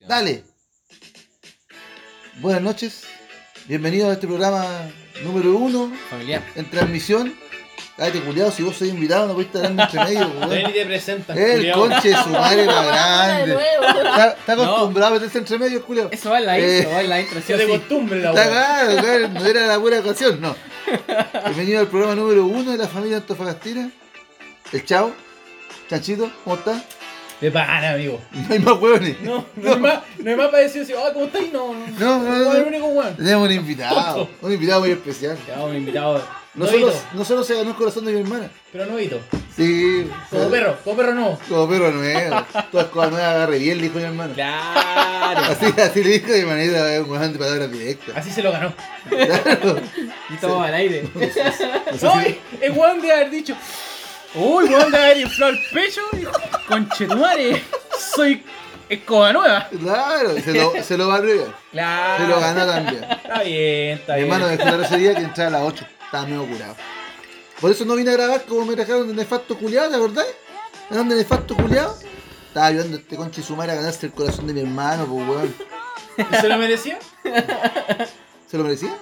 Dale. Buenas noches. Bienvenidos a este programa número uno Familiar. en transmisión. Cállate, culiado, si vos sois invitado no podéis estar dando entre medio, Ven y weón. te presentas. Ah. El culiao. conche de su madre la grande. Está, está acostumbrado a meterse entre medio, culiado. Eso va en la Eh. intro, va en la intro, sí Es o de sí. costumbre la Está weá. claro, claro, no era la buena ocasión, no. Bienvenido al programa número uno de la familia Antofagastina. El chavo. Chanchito, ¿cómo estás? De pana, amigo. No hay más hueones. No, no hay más, no hay más para decir así, ah, ¿cómo estáis? No, no, No, no, no. Es el único weón. Tenemos un invitado, un invitado muy especial. Ya, un invitado. No novito, solo, no solo se ganó el corazón de mi hermana. pero novito. Sí. Como perro, como perro no. Como perro nuevo. Todas cosas nuevas agarre bien, le dijo mi hermano. Claro. Así, así le dijo de manera eh, un weón de palabras directas. Así se lo ganó. Claro. Y todo al aire. No sé No, si- el weón de haber dicho. Uy, weón de haber inflado el pecho. dijo, Conchetumare, soy escoba nueva. Claro, se lo, se lo barrió. Claro. Se lo ganó también. Está bien, está Mi bien. hermano dejó la grosería que entraba a las 8. Estaba medio curado. Por eso no vine a grabar como me dejaron de nefasto culiado, ¿te acordás? ¿Me de nefasto culiado? Estaba ayudando a este conche su madre a ganarse el corazón de mi hermano, pues weón. ¿Y ¿Se lo merecía? ¿Se lo merecía?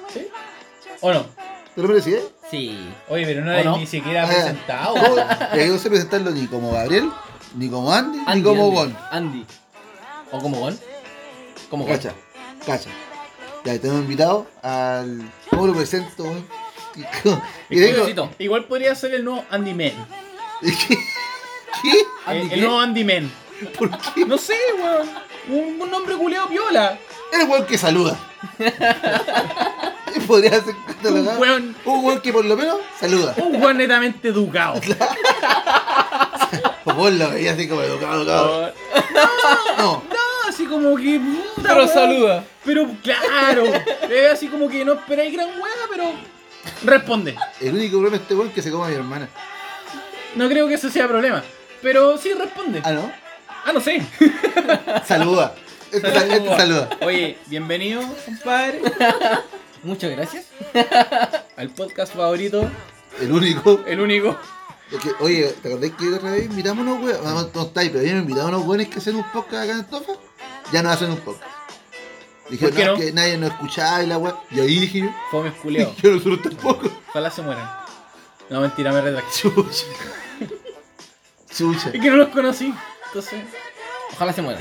¿O no? ¿Se lo merecía? Sí. Oye, pero no ¿O era no? ni siquiera Ah, presentado. No, weón. y ahí no sé presentarlo ni como Gabriel, ni como Andy, Andy, ni como Andy. Bon. Andy. ¿O como Gon? Como Gon. Cacha, cacha. Ya tenemos invitado al. ¿Cómo lo presento, weón? Y tengo. Pobrecito. Igual podría ser el nuevo Andy Man. ¿Qué? ¿Qué? ¿Andy el, qué? el nuevo Eh, Andy Man. ¿Por qué? No sé, weón. Un, un nombre culeado piola. El weón que saluda. Podría ser Un catalogado. weón, Un weón que por lo menos saluda. un weón netamente educado. O vos lo veías así como educado, educado. No, No, Ah, así como que. puta, Pero weón. saluda. Pero claro. Es así como que no esperáis gran weá, pero. Responde. el único problema es este weón que se come a mi hermana. No creo que eso sea problema. Pero sí responde. Ah, no. Ah, no sé. Saluda. Este, sal- este saluda. Oye, bienvenido, compadre, Muchas gracias. al podcast favorito. El único. El único. Es que, oye, ¿te acordás que otra vez invitamos a unos weones? No, no, no estáis, pero habían invitado a unos weones que hacen un podcast acá en Antofa. Ya no hacen un podcast. Dijeron ¿Por qué no, no? que nadie nos escuchaba y la weá. Y ahí dije yo, Fome culeado. yo nosotros tampoco. Ojalá se mueran. No, mentira, me retracto. Chucha. Chucha. Es que no los conocí. Entonces. Ojalá se muera.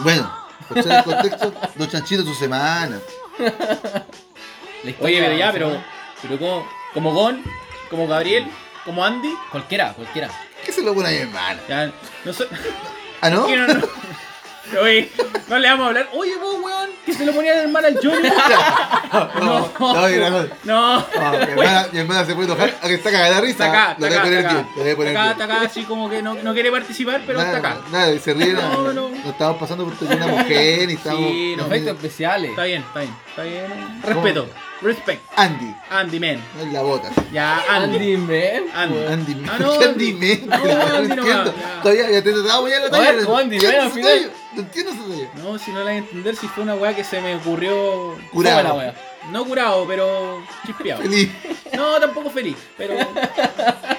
Bueno, por ser el contexto, los chanchitos tu semana. La historia Oye, pero Ah, de ya, la pero. semana. Pero como. Como Gon, como Gabriel, como Andy. Cualquiera, cualquiera. ¿Qué se lo pone a mi hermana? Ya, no sé. ¿Ah, no? que no, no- Oye, no le vamos a hablar. Oye, vos, weón, que se lo ponía el hermano al Junior. No, no, mira, no. No. Ah, mi, hermana, mi hermana se puede enojar. Ah, que está cagada de risa. Está acá, lo está voy a acá, poner está bien. acá. Lo voy a poner Está acá, bien. está acá, así como que no, no quiere participar, pero nada, está acá. Nada, se ríe. No, No, no. no. estamos pasando porque una mujer y estamos. Sí, no, no, Efectos especiales. Está bien, está bien, está bien. Respeto, respect. Andy, Andy, man. no es la bota. Ya, Andy. Andy, man. Andy. Andy, Ah, ¿por no, qué Andy, Andy. Ah, men? No, Andy no nomás, entiendo. ya. Todavía ya te trataba ya la Oye, talla. como Andy, entiendo men, al ese final. talla, No entiendo ese talla. No, si no la voy a entender, si fue una weá que se me ocurrió. Fue la Curado, wea. No curado, pero chispeado. feliz. No, tampoco feliz, pero.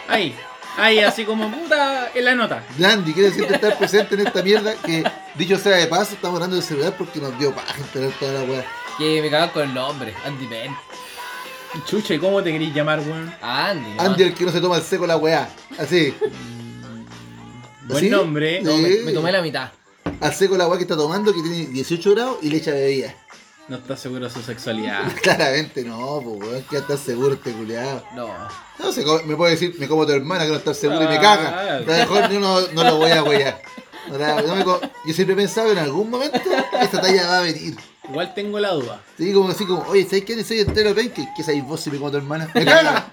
Ahí, ahí, así como puta en la nota. Landy, quiere decir que estar presente en esta mierda que, dicho sea de paso, estamos hablando del celular porque nos dio paja enterar toda la weá. Que me cagan con el nombre. Andy, man. Ah, Chuche, ¿cómo te querís llamar, weón? Andy. no. Andy el que no se toma el seco la weá. Así. Buen ¿Sí? nombre. Sí. Me, me tomé la mitad. Al seco la weá que está tomando que tiene 18 grados y le echa bebida. No está seguro de su sexualidad. Claramente no, pues weón, que ya estás seguro este culiado. No. No se come- me puede decir, me como a tu hermana que no está segura y me Ah. caga. A lo mejor yo no, no lo voy a wear. No la- no me co- yo siempre he pensado que en algún momento esta talla va a venir. Igual tengo la duda. Sí, como así como, oye, ¿sabes quién soy entero pancake? ¿Qué sabéis vos si me como tu hermana? ¡Me caga!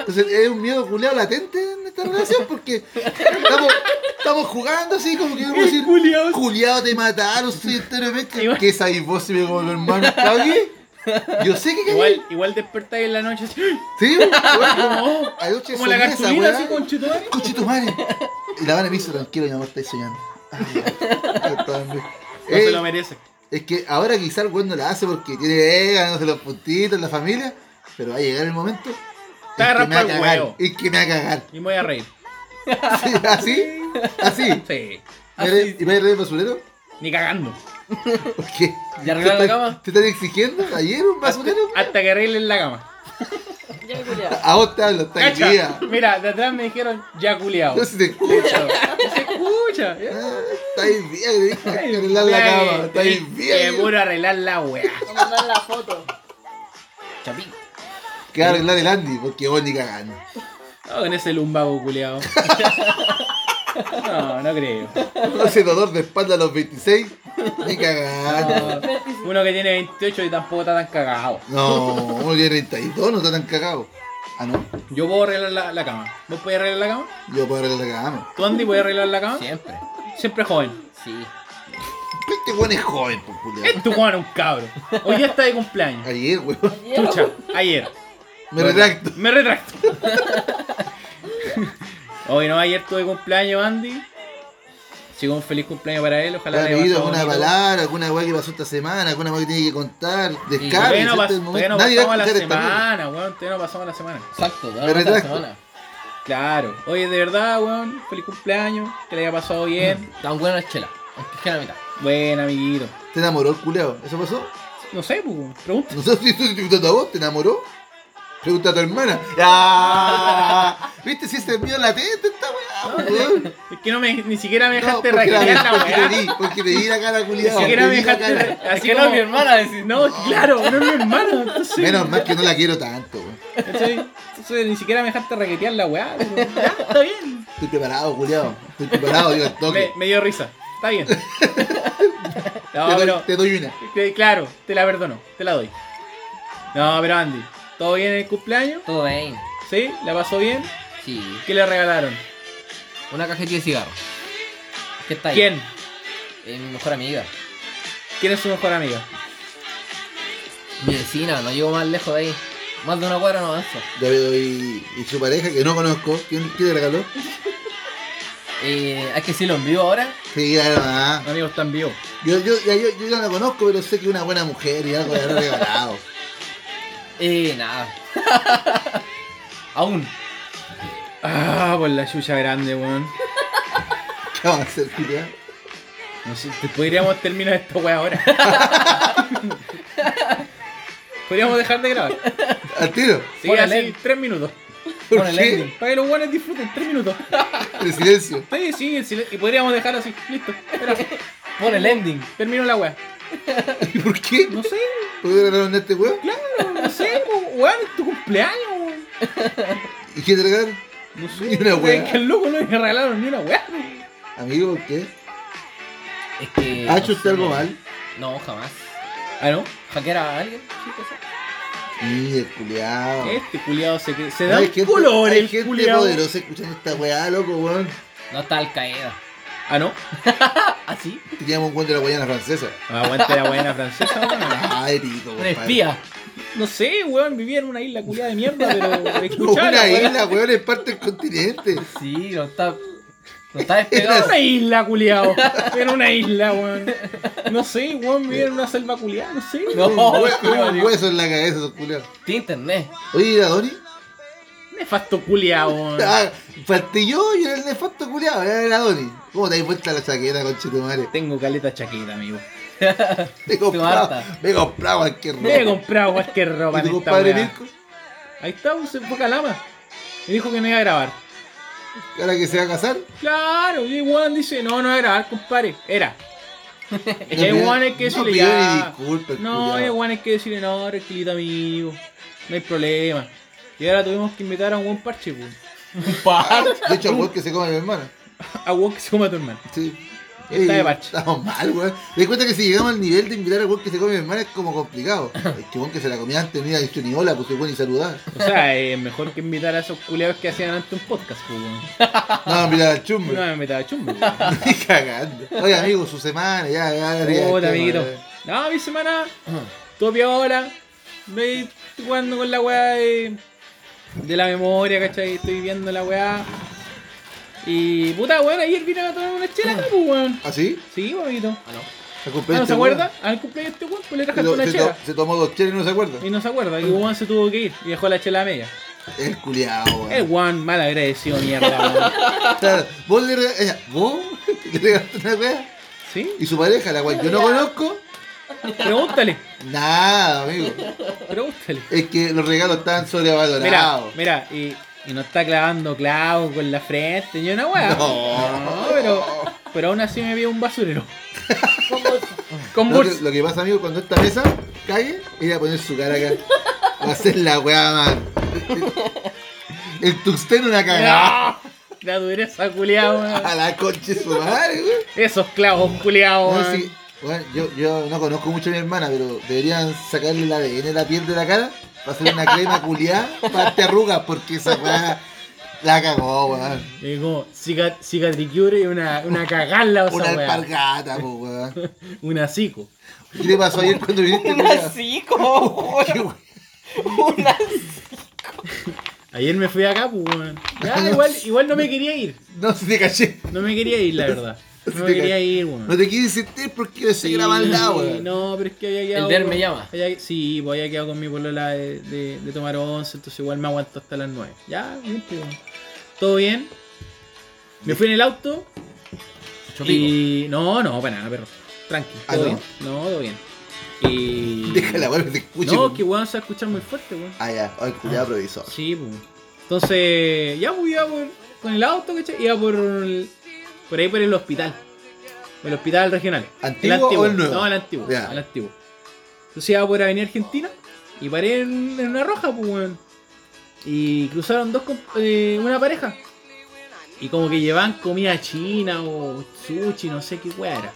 Entonces es un miedo culeado latente en esta relación porque estamos, estamos jugando así como que vamos a decir, culiao. culiado te mataron, soy entero pancake. Igual- ¿Qué sabéis vos si me como tu hermana? ¿Cagué? Yo sé que cagué. Igual, igual despertáis en la noche así. Sí, "Oh, bueno, Como, anoche como soñé la esa cartulina weá. así con chutón. Escuche tu madre. Y la van a piso, tranquilo, mi amor, estáis soñando. Ah, Ay, exactamente. No Eh, se lo merece. es que ahora quizás el weón no la hace porque tiene vega, no sé, los puntitos, la familia, pero va a llegar el momento. Te en que agarra me va a pa'l cagar. huevo. Es que me va a cagar. Y me voy a reír. Sí, así, así. Sí. ¿Y va a ir el basurero? Ni cagando. ¿Por qué? ¿Y arreglar ¿Te la están- cama? ¿Te están exigiendo? ¿Ayer un basurero? güey? Hasta que arreglen la cama. Ya, culiado. A vos te hablo, hasta el Cacha, día. mira, de atrás me dijeron ya culiado. No se te escucha. Se escucha. Ah, Está bien, le dije que arreglar la cama. Está bien. Te puro eh, arreglar la weá. Vamos a mandar la foto. Chapín. Que va a arreglar el Andy, porque vos ni cagando. No, con ese lumbago culiado. No, no creo. No hace dolor de espalda a los 26, ni cagando. No. Uno que tiene 28 y tampoco está tan cagado. No, uno tiene 32, no está tan cagado. Ah, no, Yo puedo arreglar la, la cama. ¿Vos podés arreglar la cama? yo puedo arreglar la cama. ¿Tú, Andy, podés arreglar la cama? Siempre. Siempre joven. Sí. Este weón es joven, por culiao. Es tu Juan, un cabro. Hoy día está de cumpleaños. Ayer, weón. Chucha, ayer. Me retracto. Me retracto. Hoy no, ayer tuve cumpleaños, Andy. Sigo un feliz cumpleaños para él. Ojalá ¿Has le haya leído pasado alguna bonito. palabra, alguna weá que pasó esta semana, alguna weá que tiene que contar? Descargue, Todavía no, este es el pas- todavía momento. no Nadie va pasamos a escuchar la esta mierda. semana, weón. Todavía no pasamos la semana. Exacto. Me Me retracto. semana. Claro. Oye, de verdad, weón. Feliz cumpleaños. Que le haya pasado bien. Tan buena la chela. Aunque es que la mitad. Mm. Buen amiguito. ¿Te enamoró el culiao? ¿Eso pasó? No sé, pues, pregunta. No sé si estoy preguntando a vos, ¿te enamoró? Pregunta a tu hermana. ¡Ah! ¿Viste si se envió la teta esta weá, weón? Es que no me, ni siquiera me No, dejaste porque la raquetear la porque te weá. di, porque te di la cara, Ni culiado. siquiera me dejaste. Es Así que no es como- mi hermana decís. No, claro, no es mi hermano. Entonces, Menos mal que no la quiero tanto, weón. ¿cachai? Entonces ni siquiera me dejaste raquetear la weá. pero ya, Está bien. Estoy preparado, culiado. Estoy preparado, digo, al toque. Me, me dio risa. Está bien. No, te, doy, pero. te doy una. te- Claro, te la perdono. Te la doy. No, pero Andy, ¿todo bien en el cumpleaños? Todo bien. ¿Sí? ¿La pasó bien? Sí. ¿Qué le regalaron? Una cajetilla de cigarros. ¿Qué está ahí? ¿Quién? Eh, mi mejor amiga. ¿Quién es su mejor amiga? Mi vecina. No llego más lejos de ahí. Más de una cuadra no avanzo. Ya veo, y, y su pareja, que no conozco. ¿Quién, quién le regaló? Eh, hay que decirlo en vivo ahora. Sí, ya, ah. Amigos tan vivos. Yo, yo, ya, yo, yo no la conozco, pero sé que es una buena mujer y algo le habrá regalado. Eh, nada. Aún. Ah, por la chucha grande, weón. ¿Qué vamos a hacer, culiado? No sé, te- podríamos terminar esta weá ahora. podríamos dejar de grabar. Al tiro. Sí, Ponele. así, tres minutos. ¿Por Pon el qué? ending. Para que los guanes disfruten, tres minutos. El silencio. Sí, sí, el silen- y podríamos dejar así, listo. Espera, Pon el ending. termino la weá. ¿Y por qué? No sé, ¿Por qué le regalaron a este weón? claro, no sé, po, weón, es tu cumpleaños, weón. ¿Y qué te regalaron? No sé. Ni una weá. Es que el loco no me regalaron ni una weá. Amigo, ¿por qué? Es que. ¿Ha hecho usted no sé, algo mal? No, jamás. Ah, ¿no? ¿Hackear a alguien? Sí, qué sé. Mire, culiado. Este culiado se, que- se da Hay un gente- color, hay el gente culiado. poderosa escuchando esta weá, loco, weón. No está al caída. Ah, ¿no? ¿Así? ¿Ah, sí? Teníamos un cuento de la Guayana francesa. Aguante la buena francesa, weón. Ay, pico, Un espía. No sé, weón, vivía en una isla culiada de mierda, pero escuchaba Una la weá. isla, weón, es parte del continente. Sí, no está. No está En despegado. una isla, culiado. En una isla, weón. No sé, weón, vivía en una selva culiada, no sé. No, un, hue- culiao, un digo. hueso en la cabeza, esos culiados. Tiene internet. Oye, ¿y la Doni? Nefasto culiado, weón. Ah, partí yo y era el nefasto culiado, era la Doni. ¿Cómo te has puesto la chaqueta, conchetumare? Tengo caleta chaqueta, amigo. Me he comprado, harta. me he comprado cualquier ropa. Me he comprado cualquier ropa ¿Y tu en esta compadre weá. Mirko? Ahí está, weón, se fue calama. Me dijo que no iba a grabar. ¿Ahora que se va a casar? Claro, y el weón dice, no, no va a grabar, compadre. Era. Y No el pidió- weón hay No que decirle pidió ni ya. disculpas, No, culiao. el weón hay que decirle, no, tranquilito, amigo. No hay problema. Y ahora tuvimos que invitar a un buen parche, pues. weón. Un par. De hecho, weón, que se come a mi hermana. A weón que se come a tu hermano. Sí. Está Ey, de parche. Estamos mal, weón. Me di cuenta que si llegamos al nivel de invitar a weón que se come mi hermana es como complicado. El chibón que se la comía antes, mira, dicho ni hola, pues se puede ni saludar. O sea, es mejor que invitar a esos culeados que hacían antes un podcast, pues, weón. No, mira al chumbo. No me metas a chumbo, weón. Ni cagando. Oye, amigo, su semana, ya, ya, ya. Puta, ya, amiguito. ya. No, mi semana, Ah, topia ahora. Me estoy jugando con la weá de, de la memoria, ¿cachai? Estoy viendo la weá. Y puta, weón, ayer vino a tomar una chela acá, pues, weón. ¿Ah, sí? Sí, bonito. Ah, no. ¿Se Ah, ¿No se acuerda? Al cumpleaños de este weón, pues Se, le trajaste to- una se to- chela. se tomó dos chelas y no se acuerda. Y no se acuerda, y el weón se tuvo que ir y dejó la chela a media. El culiao, weón. El weón mal agradecido, mierda, weón. Claro, vos le regalaste. ¿Vos? ¿Le regalaste una wea? ¿Sí? Y su pareja, la cual yo no conozco, Pregúntale, nada, amigo. pregúntale. Es que los regalos están Mira, sobrevalorados. mira, y, y no está clavando clavos con la frente, ni una weá. No. pero, pero aún así me vio un basurero. Con bolsa. Con Lo que, bolsa. lo que pasa, amigo, cuando esta mesa cae, ella va a poner su cara acá. Va a ser la weá más. El tuxteno una cagada. ¡Ah! La dureza, culiao, weón. A la concha de su madre, weón. Esos clavos, culiao, No, Ah, weón. sí. Bueno, yo, yo no conozco mucho a mi hermana, pero deberían sacarle el ADN de la piel de la cara para hacer una crema culiada para te arrugas, porque esa weá la cagó, weón. Y Eh, como cica- cicatricure y una, una cagala, o Una sea, weón. alpargata, po, weón. Una cico. ¿Qué te pasó ayer cuando viniste, Un culiao? asico, Qué weón. weón. Un asico. Ayer me fui acá, pues, weón. Ya, igual, igual no me quería ir. No se te caché. No me quería ir, la verdad. No Sí, me quería ir, weón. No te quise sentir porque yo sé que la maldad, weón. No, pero es que había quedado. El Der me con- llama. había- sí, pues había quedado con mi polola de, de- de tomar once, entonces igual me aguanto hasta las 9. Ya, bien, pues, weón. Todo bien. Me fui en el auto Chupico. y. No, no, para nada, perro. Tranqui. Ah, Todo ¿no? bien. No, todo bien. Y. Déjala, weón, que te escuche. No, po. que weón se va a escuchar muy fuerte, weón. Ah, ya. Ay, culiado improvisó. Sí, pues. Entonces, ya pues iba por, con el auto, ¿cachai? Iba por, el- por ahí por el hospital. El hospital regional. ¿Antiguo o el nuevo? No, el antiguo. Ya. El antiguo. Entonces iba por Avenida Argentina y paré en, en una roja, pues, weón. Y cruzaron dos, comp- eh, una pareja. Y como que llevaban comida china o sushi, no sé qué weá era.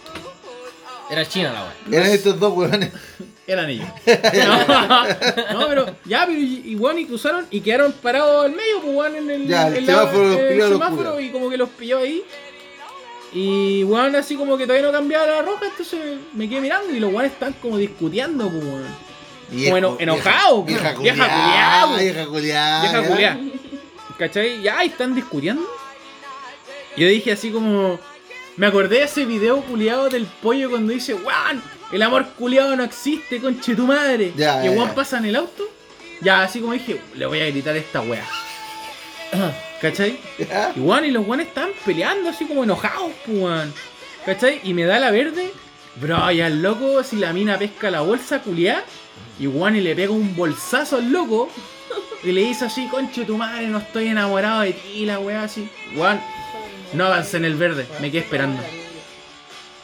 Era china la weón. Eran estos dos weones. Eran ellos. no, no, pero ya, pero y, y, weón, y cruzaron y quedaron parados al medio, pues weón, en el, Ya, el en semáforo los en el pilló a los semáforo, culos. y como que los pilló ahí. Y weón así como que todavía no cambiaba la roja, entonces me quedé mirando y los weones están como discutiendo, pues weón. Bueno, enojado, Vieja weón. Vieja culiao, culiao. weón. Vieja culiao. Vieja Ah, ya. culiá. ¿Cachai? Ya, y están discutiendo. Yo dije así como. Me acordé de ese video culiado del pollo cuando dice, weón, el amor culiado no existe, conche tu madre. Ya, y ya, Juan ya. pasa en el auto. Ya, así como dije, le voy a gritar a esta wea. ¿Cachai? Ya. Y weón, y los weones estaban peleando así como enojados, pues, weón. ¿Cachai? Y me da la verde. Bro, ya el loco, si la mina pesca la bolsa, culiá. Y weón, y le pega un bolsazo al loco. Y le dice así, conche tu madre, no estoy enamorado de ti, la weá así. Weón, no avancé en el verde, me quedé esperando.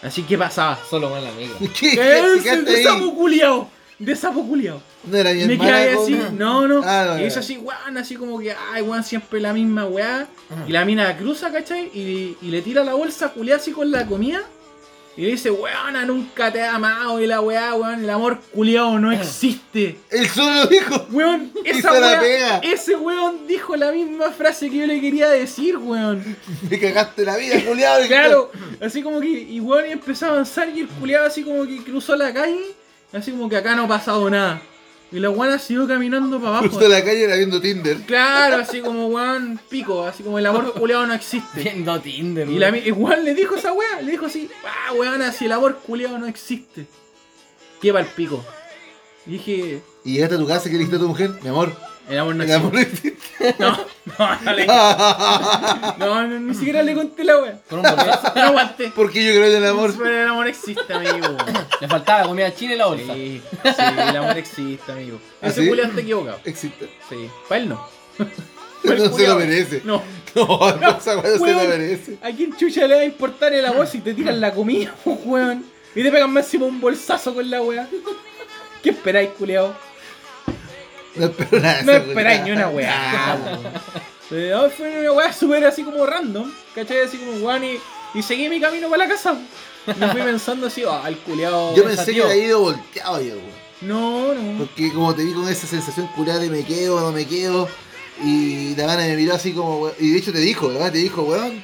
Así que pasaba. Solo weón la micro. ¿Qué? ¿Qué? ¡Eh, ¿Qué? de sapo culiao! De sapo culiao. No era mi Me hermana. quedé así, con- no, no. Ah, no, y es no. así, weón, así como que, ay, weón, siempre la misma weá. Y la mina cruza, ¿cachai? Y, y le tira la bolsa culiá así con la comida. Y le dice, weona, nunca te he amado. Y la weá, weón, el amor culiao no existe. Él solo dijo. Weón, esa Hizo Ah. la weá- pega. ese weón dijo la misma frase que yo le quería decir, weón. Me cagaste la vida, culiado. Claro, así como que, y weón, y empezó a avanzar y el culiado así como que cruzó la calle, así como que acá no ha pasado nada. Y la weona siguió caminando para abajo. Justo en la calle era viendo Tinder. Claro, así como weón, pico, así como el amor culiado no existe. Viendo Tinder, Y la weón. mi- y weón le dijo esa weá, le dijo así, ah weón, si el amor culiado no existe. Qué pa'l pico. Y dije, Y llegaste a tu casa y le dijiste a tu mujer, mi amor, el amor no el existe. amor existe. No, no, no, le- no, no, ni siquiera le conté la weá. Con un bolsazo. No aguanté. Porque yo creo en el amor. Pero el amor existe, amigo. Le faltaba la comida china y la bolsa. Sí, sí, el amor existe, amigo. ¿Ah, Ese sí? culiao está equivocado. Existe. Sí. Para él no. Pa' el No se Pues, culiao. lo merece. No. No, no, esa weá no se lo Weón, merece. ¿A quién chucha le va a importar el agua si te tiran la comida, po, weón? Y te pegan más encima un bolsazo con la weá. ¿Qué esperáis, culiao? No espero nada. Ah, de No esa esperáis weá. ni una weá. Eh, no, fue una weá súper así como random, ¿cachai? Así como weón y, y seguí mi camino para la casa. Me fui pensando así, ah, el culiao. Yo pensé que desatió. había ido volteado yo, weón. No, no. Porque como te vi con esa sensación curada de me quedo, no me quedo. Y la gana me miró así como, weón. Y de hecho te dijo, la gana te dijo, weón,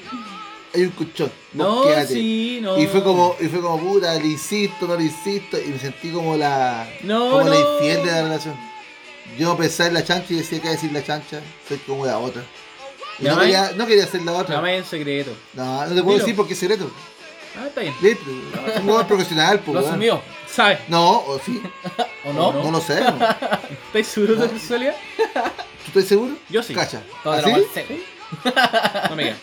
hay un colchón. No, vos quédate. sí, no. Y fue como, y fue como, puta, le insisto, no le insisto. Y me sentí como la. No, como la no. infiel de la relación. Yo pensaba en la chancha y decía que decir la chancha, soy como la otra. Y ¿La no mai? quería, no quería ser la La otra. más en secreto. No, no te puedo Dilo. decir porque es secreto. Ah, está bien. Listo, Es un jugador profesional, Lo pues. weón. asumió. ¿Sabes? No, o sí, ¿O no? no lo sé. weón. ¿Estáis seguros de tu sexualidad? ¿Tú estás seguro? Yo sí. Cacha. ¿Ah, Todo de ¿Así? la bolsa. No me queda.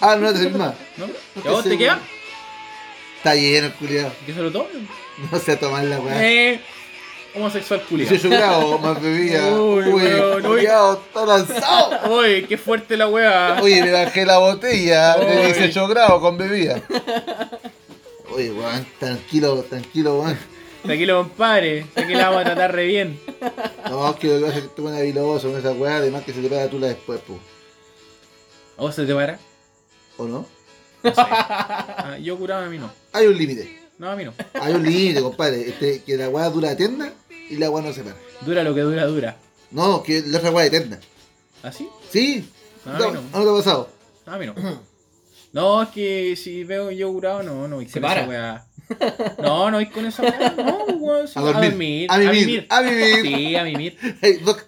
Ah, no, no te servís más. ¿No? No ¿Y a vos te te seguro. queda? Está lleno, culiado. Yo se lo tomo. No sé tomar la weá. Eh, homosexual culiado. 18 grados más bebida. Uy, Uy, weón, uy. culiao, está lanzado. Oye, qué fuerte la weá. Oye, me bajé la botella Oy. de 18 grados con bebida. Oye, weón, tranquilo, tranquilo, weón. Tranquilo, compadre. Sé que la vamos a tratar re bien. No, que lo que pasa es que te pone habiloso con esa weá, además que se te pega tú la después, po. ¿A vos se te para? ¿O no? No sé. Ah, yo curaba a mí no. Hay un límite. No, a mí no. Hay un límite, compadre. Este, que la weá dura eterna y la weá no se para. Dura lo que dura, dura. No, que la otra weá es eterna. ¿Así? ¿Sí? Ah, no, no. no te ha pasado. A mí no. No, es que si veo yo curado, no, no voy Se con esa para. weá. No, no voy con esa weá. No, weón, sí, A dormir. A vivir. A vivir. Sí, a mimir. Hey, doc,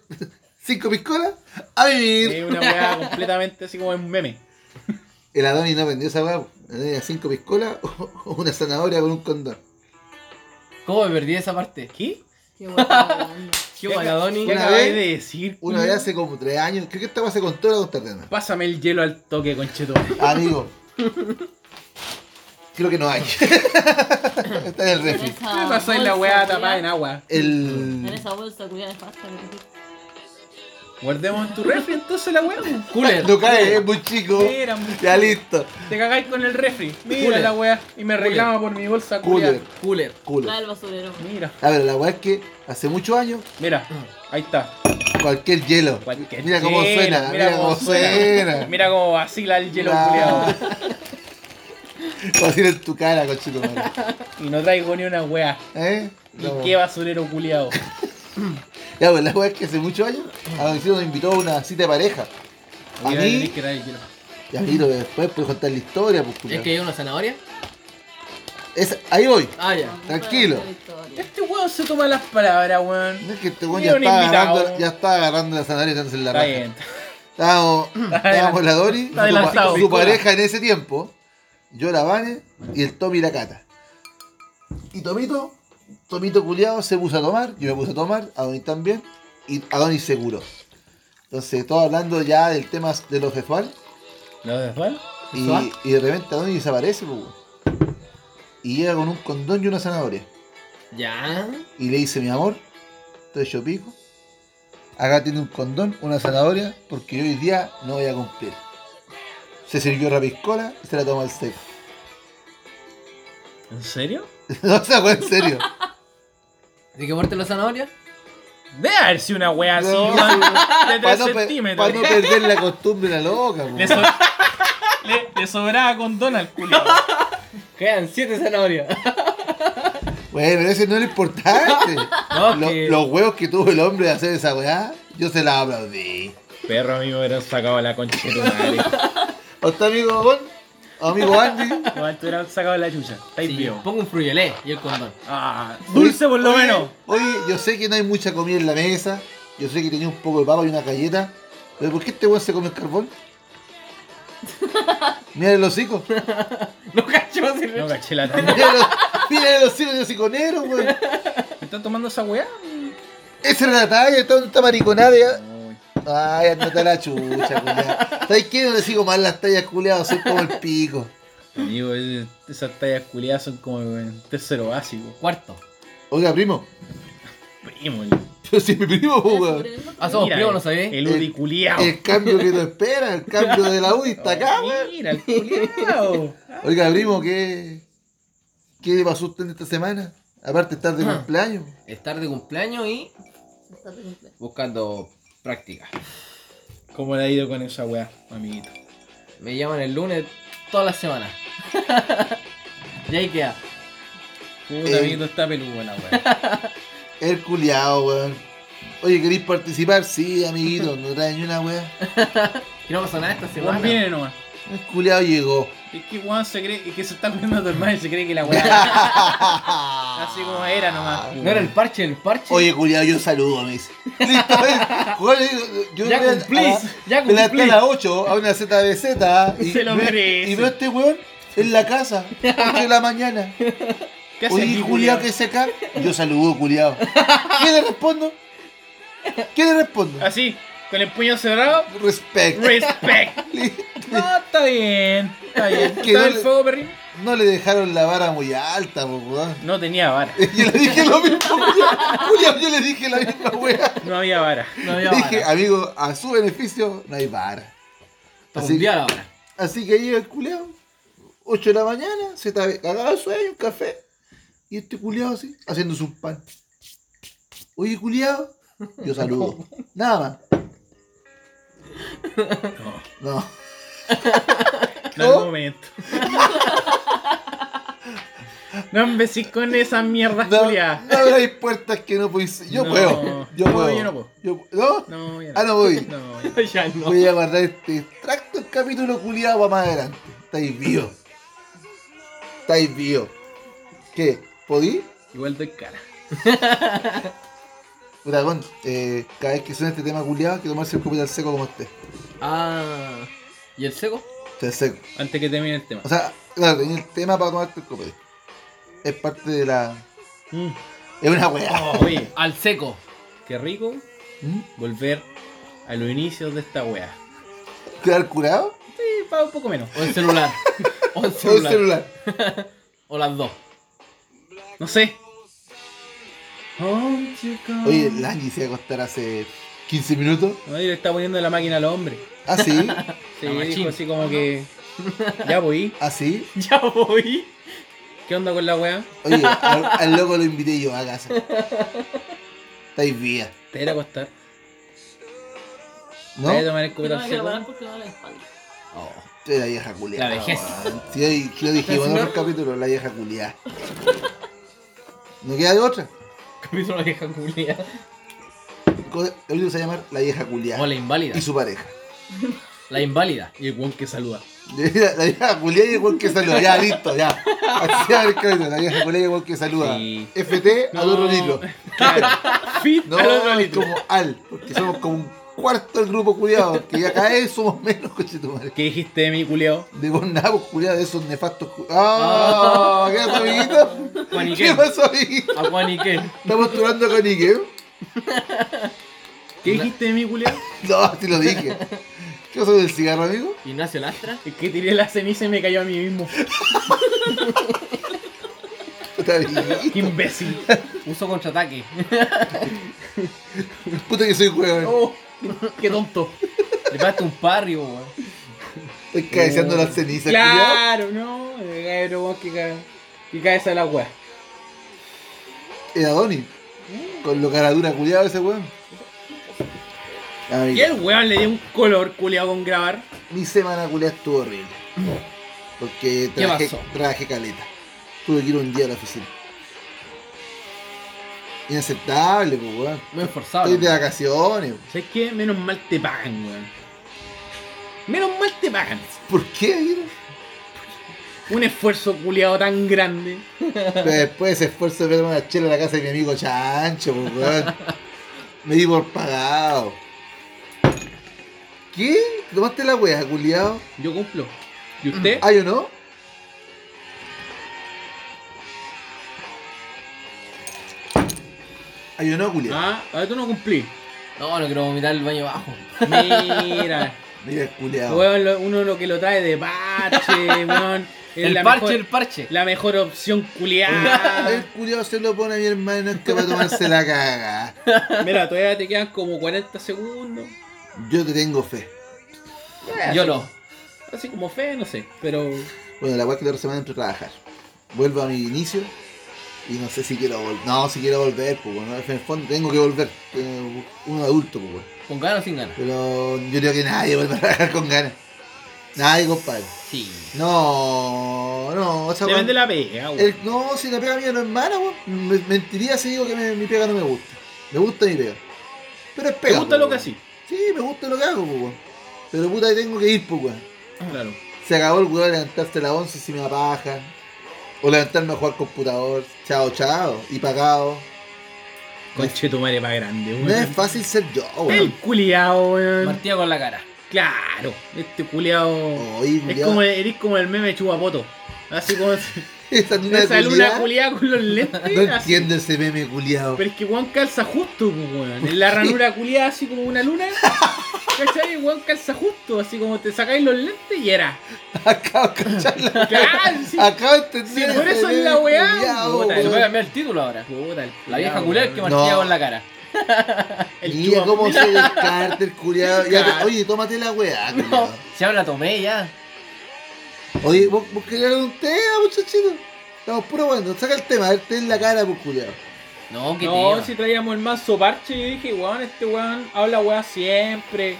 cinco piscolas. A vivir. Es una weá completamente así como un meme. El Adonis no vendió esa weá. Tenía cinco piscolas o una zanahoria con un condón. ¿Cómo me perdí esa parte? ¿Qué? Qué guay está hablando. ¿Qué ¿Qué guayadoni? ¿Qué Una acabáis vez- de decir? Una culiao? vez hace como tres años, creo que esta weá se contó la conterrena. Pásame el hielo al toque, conchetumare. Amigo. creo que no hay. Está en el En refri. esa Me pasáis la bolsa, weá culiao. tapada en agua. En El. esa bolsa culiada nefasta que metiste. Guardemos en tu refri entonces la weá. pues. weón. Cooler. No cae, es muy chico. Mira, muy Ya listo. Te cagáis con el refri. Mira Cooler. la weá. Y me reclama por mi bolsa culia. Cooler, Cooler. culo. La del basurero. Mira, A ver, la weá es que hace muchos años, mira. Ahí está. cualquier hielo. Cualquier mira cómo hielo, suena, mira, cómo suena. Mira cómo vacila el hielo Nah. culiado. Como decir en tu cara, cochito madre. Y no traigo ni una wea. ¿Eh? Y No. qué basurero culiado. Ya, pues la weá es que hace muchos años, a Don Isidro nos invitó a una cita de pareja. A mí, que traer el hielo. y a mí lo de después puedes contar la historia, pues ¿Es culiao. que hay una zanahoria? Es- ahí voy. Ah, ya. Tranquilo. Cuenta la historia. Este weón se toma las palabras, weón. No es que este weón Mira ya un estaba invitado. agarrando, ya estaba agarrando la zanahoria y dándose en la Está raja. bien. Estábamos, estábamos la Dori, su, Está adelantado, su Nicola. pareja en ese tiempo, yo la Vane y el Tommy la Cata. Y Tomito, Tomito culiado se puso a tomar, yo me puse a tomar, a Donny también, y a Donny seguro. Entonces, todo hablando ya del tema de lo sexual, ¿Lo de Juan? y, ¿Sexual? y de repente Donny desaparece, pues, weón. Y llega con un condón y una zanahoria. Ya. Y le dice, mi amor, entonces yo pico. Acá tiene un condón, una zanahoria, porque yo hoy día no voy a cumplir. Se sirvió rapiscola y se la toma al seco. ¿En serio? no, esa weá, en serio. ¿De qué muerte la zanahoria? De haber sido una wea así, No, weón. De Para 3 no, pe- pa' centímetros. no perder la costumbre la loca, po. Le, so- le- le sobraba con Donald, culiado. Quedan siete zanahorias. Bueno, pero ese no es lo importante. No, Lo- que- Los huevos que tuvo el hombre de hacer esa weá, yo se la aplaudí. Perro, a mí me hubieran sacado la concha de tu madre. ¿O está amigo Gon? ¿O amigo Andy? Igual te hubieran sacado la chucha. Estáis Sí, vivo. pongo un fruyelé y el condón. Ah, dulce por lo Oye, menos. Oye, yo sé que no hay mucha comida en la mesa. Yo sé que tenía un poco de papa y una galleta. Pero ¿por qué este weón se come el carbón? Mira el hocico. No cacho así. No caché la tanda. Mira el, mira el hocico de hocico negro, weón. ¿Me están tomando esa weá? Esa era la talla, tanta mariconada. ya- Uy. Ay, andate a la chucha, culiado. ¿Sabes qué? No le sigo mal las tallas, culiado. Soy como el pico. Amigo, es- esas tallas culiadas son como en tercero básico. Cuarto. Oiga, primo. Primo, Yo soy mi primo, po, weón. Basurero. Ah, somos Mira, primos, ¿no sabéis? El Udi culiao. El cambio que nos espera, el cambio de la UDI está acá, weón. Mira, el culiao. Oiga, primo, ¿qué, qué pasó usted en esta semana? Aparte, estar de Ah. cumpleaños. Estar de cumpleaños y Está de cumpleaños. buscando práctica. ¿Cómo le ha ido con esa weá, amiguito? Me llaman el lunes todas las semanas. y ahí queda. Puta, Eh. amiguito, está peludo la weá. El culiao, weón. Oye, ¿queréis participar? Sí, amiguito, no trae ni una weá. Que no pasó nada esta semana. Weón viene nomás. El culiao llegó. Es que weón se cree, es que se está comiendo a tu hermano y se cree que la weá. Así como era nomás. No era el parche, el parche. Oye, culiao, yo saludo, me dice. Listo, ven. Weón, le digo, yo Ya me- a- cumplís, ya Me levanté a cumplís. las 8 a una ZBZ y, Se lo veo- merece. y veo a este weón en la casa, 8 de la mañana. ¿Qué hace Oye, aquí, culiao que se cae. Yo saludo, culiao. ¿Qué le respondo? ¿Qué le respondo? Así, con el puño cerrado. Respect. Respect. Listo. No, está bien. Está bien. Quedó ¿Está el el- fuego, perrín? No le dejaron la vara muy alta, po, weón. No tenía vara. Yo le dije lo mismo, Julián. Julián, yo le dije la misma weá. No había vara. No Le había dije, vara. amigo, a su beneficio no hay vara. Está así- bombeada la vara. Así que llega el culeado, 8 de la mañana, se está cagado de sueño, un café, y este culeado así, haciéndose un pan. Oye, culeado, yo saludo. Nada más. No. No ¿No? al momento. No empecéis con esas mierdas No, culiadas. no abráis puertas que no podéis. Yo No. puedo. Yo No, puedo. yo no puedo. Yo- ¿No? No, ya Ah, no voy. No, ya no. Voy a guardar este extracto del capítulo culiado para más adelante. Estáis vivos. Estáis vivos. ¿Qué? ¿Podí? Igual doy cara. Puta, weón, eh, cada vez que suena este tema culiado, hay que tomarse el copete al seco como este. Ah. ¿Y el seco? Está seco. Antes que termine el tema. O sea, claro, tenía el tema para tomarte el copete. Es parte de la. Mm. Es una weá. Oh, Oye, Al seco. qué rico ¿Mm? volver a los inicios de esta wea. ¿Quedar curado? Sí, para un poco menos. O el celular. O O el el celular. celular. O las dos. No sé. Home to come. Oye, el Angie se va a acostar hace 15 minutos. No, y le está poniendo la máquina al hombre. Ah, sí. Sí, La dijo machine. así como que. Ya voy. Ah, sí. Ya voy. ¿Qué onda con la wea? Oye, al, al loco lo invité yo a casa. Estáis vía. Te irá a costar. ¿No? Te irá a tomar el Pero cubetazo no me quiero seco. parar porque me duele la espalda. Oh. Sí, la vieja culiada. La vejez. Sí, ahí lo dijimos en Pero si otro capítulo, la vieja culiada. ¿No queda de otra? Capítulo de vieja culia. El co- el libro se va a llamar La vieja O culiada. la inválida. Y su pareja. La inválida. Y el weón que saluda. La vieja culiada y el weón que saluda. Ya, listo, ya. Así va el capítulo, La vieja culiada y el weón que saluda. Sí. FT a otro litro. Claro. Fit No, al otro es litro. como al, porque somos como un cuarto del grupo culiado, que ya cada vez somos menos, coche tu madre. ¿Qué dijiste de mi culiao? De vos nada, pues, culiado, de esos nefastos. cu- ¡Ah! ¿Qué pasó, amiguito? ¿Qué Juaniquén. pasó, amiguito? A Juaniquén. Estamos turando con Ike. ¿Qué dijiste de mi culiao? No, te lo dije. ¿Qué pasó del cigarro, amigo? Ignacio Lastra. Es que tiré la ceniza y me cayó a mí mismo. Puta, amiguito. Imbécil. Uso contraataque. Puta que soy huevón. Oh, qué tonto. Le pagaste un parry, weón. Estoy cabeceando Eh, las cenizas, culiao. Claro, no. Pero vos que caes. Que caes a la wea. Era Donny. Eh, Con lo cara dura, culiado, ese weón. Y Amigo, el weón le dio un color culiao con grabar. mi semana culiada estuvo horrible. Porque ¿Qué trabajé, pasó? trabajé caleta. Tuve que ir un día a la oficina. Inaceptable, pues, weón. Muy esforzado. Estoy de weón. vacaciones. ¿Sabes qué? Menos mal te pagan, weón. Menos mal te pagan. ¿Por qué, amigo? Un esfuerzo culiado tan grande. Pero después de ese esfuerzo de pegarme una chela a la casa de mi amigo Chancho, pues, weón. Me di por pagado. ¿Qué? ¿Te ¿Tomaste la wea, culiao? Yo cumplo. ¿Y usted? ¿Ah, yo no? ¿Ah, yo no, culiao? Ah, a ver, tú no cumplí. No, no quiero vomitar el baño abajo. Mira. Mira el culiao. Weón, lo- uno lo que lo trae de parche, weón. Es El la parche, mejor- el parche. La mejor opción culiada. El culiao se lo pone a mi hermano, es que va a tomarse la caga. Mira, todavía te quedan como 40 segundos. Yo te tengo fe. Eh, Yo no. Así como fe, no sé. Pero Bueno, la cual que la otra semana entro a trabajar. Vuelvo a mi inicio y no sé si quiero volver. No, si quiero volver, pues bueno, en el fondo tengo que volver. eh, Uno adulto, pues bueno. ¿Con ganas o sin ganas? Pero yo creo que nadie vuelve a trabajar con ganas. Nadie, compadre. Sí. No, no, esa te weá- vende la pega, weón. el- No, si la pega mía no es mala, weón. Me- Mentiría si digo que me- mi pega no me gusta. Me gusta mi pega. Pero es pega. ¿Te gusta pues, lo que weón. así? Sí, me gusta lo que hago, pues weón. Pero puta, ahí tengo que ir, pues weón. Claro. Se acabó el weón de levantarse a las 11 si me da paja. O levantarme a jugar computador. Chao, chao. Y pagado. Conche tu madre pa' grande, weón. No es fácil ser yo, El weón. culiao, weón. Partida con la cara. Claro, este culiao. Oye, Es Oh, culiao. como, eres como el meme de Chupapoto. Así como. Esa luna Esa luna culiada. culiada con los lentes. No así. entiendo ese meme culiado. Pero es que Juan calza justo, pues, weón. En la ranura culiada, así como una luna. ¿Cachai? Juan calza justo, así como te sacáis los lentes y era. Acabo de cacharla. Claro, sí. Acabo de entender. Sí, por ese eso es meme la weá, culiao, puta, eh. Se weón. puede cambiar el título ahora. Puta, el La vieja culiao, culiada weón. que No. martillaba en la cara. El Mira chupa- cómo se descarta el culiado. Claro. Oye, tómate la weá, No. culiao. Si habla tomé ya. Oye, vos, vos querías un tema, muchachito. Estamos puro bueno. Saca el tema, el té en la cara, pues culiado. No, que No, tío. si traíamos el mazo parche, yo dije, weón, este weón habla weá siempre.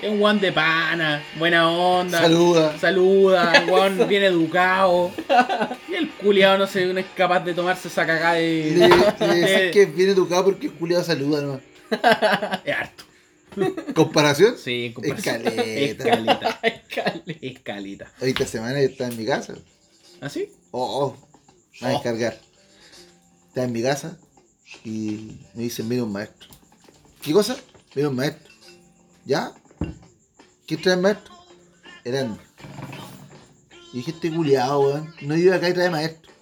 Es un weón de pana, buena onda. Saluda. Saluda, el weón bien educado. Y el culiado no sé, no es capaz de tomarse esa cagada Y Le, de. le decís que es bien educado porque el culiado saluda nomás. Es harto. ¿Comparación? Sí, en comparación. Escaleta. Escalita. Escalita. Hoy esta semana yo estaba en mi casa. ¿Así? Oh, oh. Me voy a descargar. Estaba en mi casa y me dicen, viene un maestro. ¿Qué cosa? Viene un maestro. ¿Ya? ¿Qué trae el maestro? El Andy. Y dije, este culiado, weón. No iba acá y trae maestro.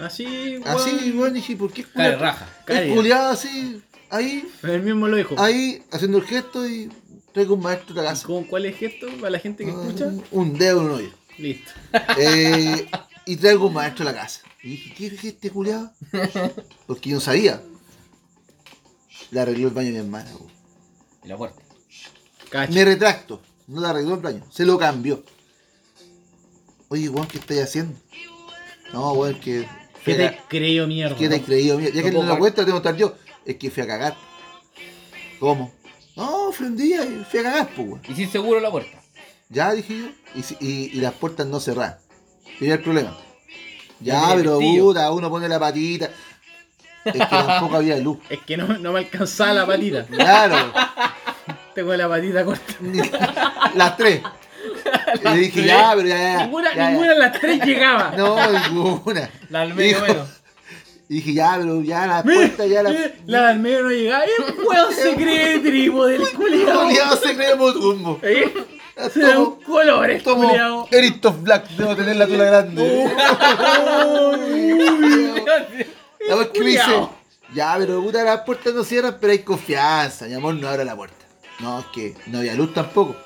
Así, weón. Así, weón, dije, ¿por qué Cara de culiado? raja. Cara de- El culiado así, ahí, Él mismo lo dijo. ahí, haciendo el gesto y traigo un maestro a la casa. ¿Con cuál es gesto? Para la gente que escucha. Ah, Un dedo en un hoyo. Listo. Eh, y traigo un maestro a la casa. Y dije, ¿qué es este culiado? Porque yo no sabía. Le arregló el baño a mi hermana. po. Y la puerta. Ah, Cacho. Me retracto. No le arregló el baño. Se lo cambió. Oye, Juan, ¿qué estáis haciendo? No, weón, que. ¿Qué fui a te ca- creo, mierda? ¿Qué te has creído? Mira, Ya No que no puedo la pagar. cuenta, tengo que estar yo. Es que fui a cagar. ¿Cómo? No, fue un día y fui a cagar, pues, weón. Y sin seguro la puerta. Ya, dije yo. Y, si- y- y las puertas no cerradas. Primer problema. No Ya, tiene pero pestillo. puta, uno pone la patita. Es que tampoco había luz. Es que no, no me alcanzaba la patita. Claro. Tengo la patita corta. Ni- las tres. Y le dije, ya, pero ya, ya. Ninguna, ya, ya". ninguna de las tres llegaba. No, ninguna. La del medio Hijo. menos. Y dije, ya, pero ya las Mira, puertas, ya las. mira, La del medio no llegaba. El weón se cree tribo del culiao. Culeado se cree motumbo. Eh, Se da un Tomo, color, el tomo. culiao. Uh. Eristoff Black, debo tener la tula grande. Ah, La voz que me dice, Culeado. ya, pero puta, las puertas no cierran, pero hay confianza, mi amor, no abra la puerta. No, es que no había luz tampoco.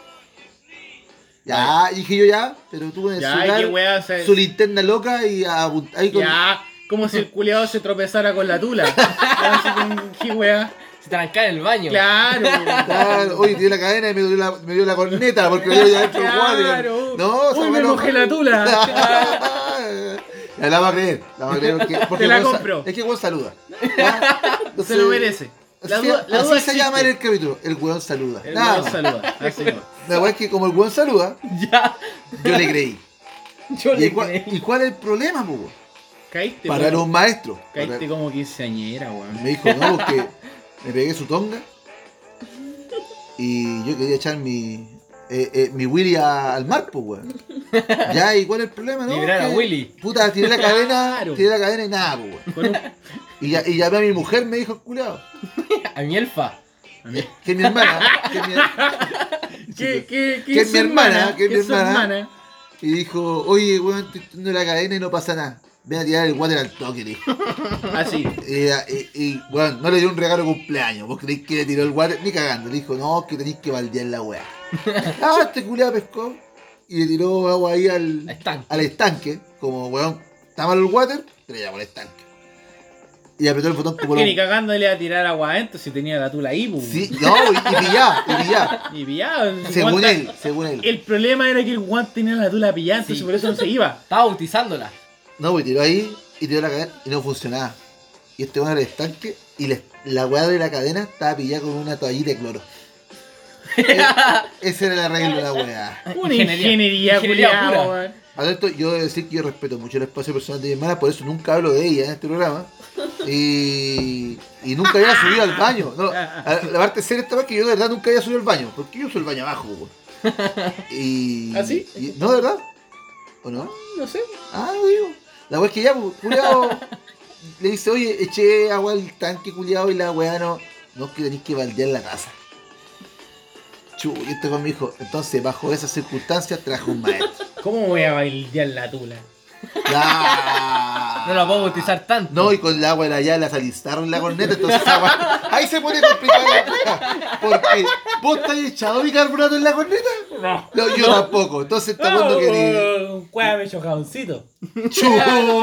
Ya, dije yo ya, pero tú con el Ya, celular, qué weá. se- su linterna loca y apunt- ahí con... Ya, como si el culiao se tropezara con la tula. Así que, qué weá. Se tranca en el baño. Claro. Claro, oye, tiré la cadena y me dio la, me dio la corneta porque me dio ya dentro Claro. No, Uy, me bueno. mojé la tula. Ya la va a creer, la va a creer porque, porque la vos- compro. Es que vos saluda. Ya, Se lo entonces- merece. La así duda, la así duda se existe. llama en el capítulo, el weón saluda. El Nada weón más. saluda. Así que va. La weá es que como el weón saluda, Ya. yo le creí. Yo ¿Y, le cuál- creí. y cuál es el problema, Hugo? Caíste. Parar a como- un maestro. Caíste como quinceañera, weón. Me dijo, no, porque me pegué su tonga y yo quería echar mi, eh, eh, mi Willy a- al mar, pues, weón. Ya, ¿y cuál es el problema, no? Librar a que- Willy. Puta, tiré la cadena, Claro. tiré la cadena y nada, pues, weón. Con un- Y, ya- y llamé a mi mujer, me dijo, culiado, A mi elfa. que es mi hermana, que es mi ¿Qué, qué, qué Que es su mi hermana, que es mi su hermana. Y dijo, oye, weón, estoy tirando la cadena y no pasa nada. Ven a tirar el water al toque, le dijo. Así. Y, y- y, weón, no le dio un regalo de cumpleaños. ¿Vos creéis que le tiró el water? Ni cagando. Le dijo, no, que tenéis que baldear la weá. ah, este culiado pescó. Y le tiró agua ahí La al, estanca. al estanque. Como, weón, está mal el water, le llamó al estanque. Y apretó el botón como Que ni lo... cagándole a tirar agua adentro si tenía la tula ahí, pues. Sí, no, y, y pillá, y pillá. Y pillado. el Según guante- él, según él. El problema era que el guante tenía la tula pillada, entonces Sí. por eso no se iba. Estaba bautizándola. No, pues tiró ahí y tiró la cadena y no funcionaba. Y este weón al estanque y la, la weá de la cadena estaba pillada con una toallita de cloro. E- ese era el arreglo de la weá. Una Ah, Ingeniería. ingeniería, Ingeniería culiao, pura. weón. A todo esto, yo debo decir que yo respeto mucho el espacio personal de mi hermana, por eso nunca hablo de ella en este programa. Y, y nunca había subido al baño. No, a- la parte seria esta vez que yo de verdad nunca había subido al baño, porque yo uso el baño abajo, weón. Y, ¿Ah, sí? y- ¿No, de verdad? ¿O no? No sé. Ah, lo digo. La weá es que ya, pues, culiao, le dice, oye, eché agua al tanque, culiado, y la weá no. No, que tenéis que baldear la taza. Chu, y este con mi hijo. Entonces, bajo esas circunstancias, trajo un maestro. ¿Cómo voy a bailar la tula? Ya. No la puedo bautizar tanto. No, y con el agua de la llave la salistaron la corneta, entonces esa weá- ahí se pone complicada la weá, Porque vos estás echado bicarbonato en la corneta. No. Oh, No, yo tampoco. Entonces está cuando querés. Un cueve chocadoncito.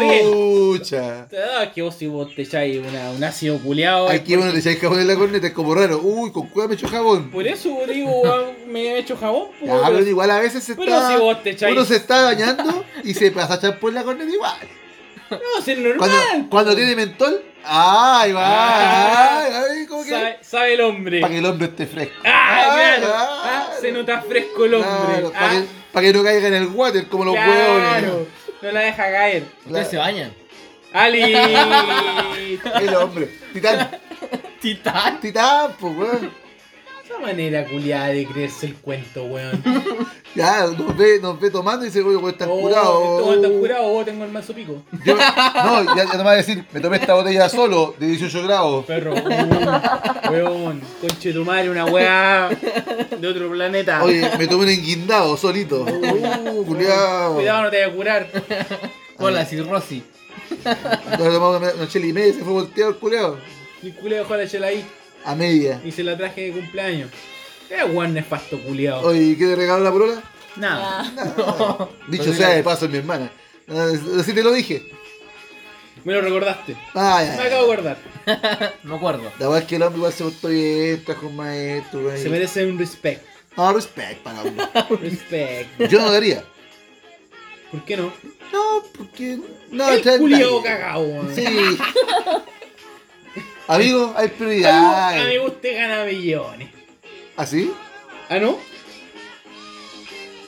Chucha. Ah, que vos si vos te echáis una, un ácido culeado. Aquí uno le echa el jabón en la corneta, es como raro. Uy, con cueva me echo jabón. Por eso digo, weón, me he hecho jabón. po, Ya, pero weón. igual a veces se pues, Pero está. si vos te echáis- Uno se está bañando y se pasa a echar por la corneta igual. No, si es normal. Cuando, po. cuando tiene mentol, ¡ay, va! Ah. ¡Ay, ay, como que! sabe, sabe el hombre. Para que el hombre esté fresco. Ah, claro. Ah, Ah, se nota fresco el hombre. para, Ah, que, pa' que no caiga en el water como los claro. huevones. No la deja caer. Ustedes se bañan. Ali. El hombre. Titán. Titán. Titán, pues, weón. Esa manera culiada de creerse el cuento, weón. Ya, nos ve, nos ve tomando y dice, oye, weón, estás Oh, curado. estos están curados, oh, tengo el manso pico. Yo- no, ya, ya no me va a decir, me tomé esta botella solo de 18 grados. Perro, uh, weón, conche tu madre, una weá de otro planeta. Oye, me tomé un enguindado solito. Uh, culiao. Cuidado, no te voy a curar. Hola, cirrosis. Nos tomamos una, una chela y media y se fue volteado el culiao. Mi culo dejó la chela ahí A media. y se la traje de cumpleaños. Qué weón nefasto culiado. Oye, ¿y ¿qué te regaló la polola? Nada. Ah, Dicho sea de paso, es mi hermana. Así te lo dije. Me lo recordaste. Ay, Me ay, acabo de acordar. No acuerdo. La verdad es que el hombre igual se portó bien, trajo un maestro, güey. Se merece un respect. No, respect para uno. Respect. Yo no daría. ¿Por qué no? No, porque. No, El está- culiado está- cagado, weón. Sí. Amigo, hay A mí prioridades. usted gana millones. ¿Así? ¿Ah, no?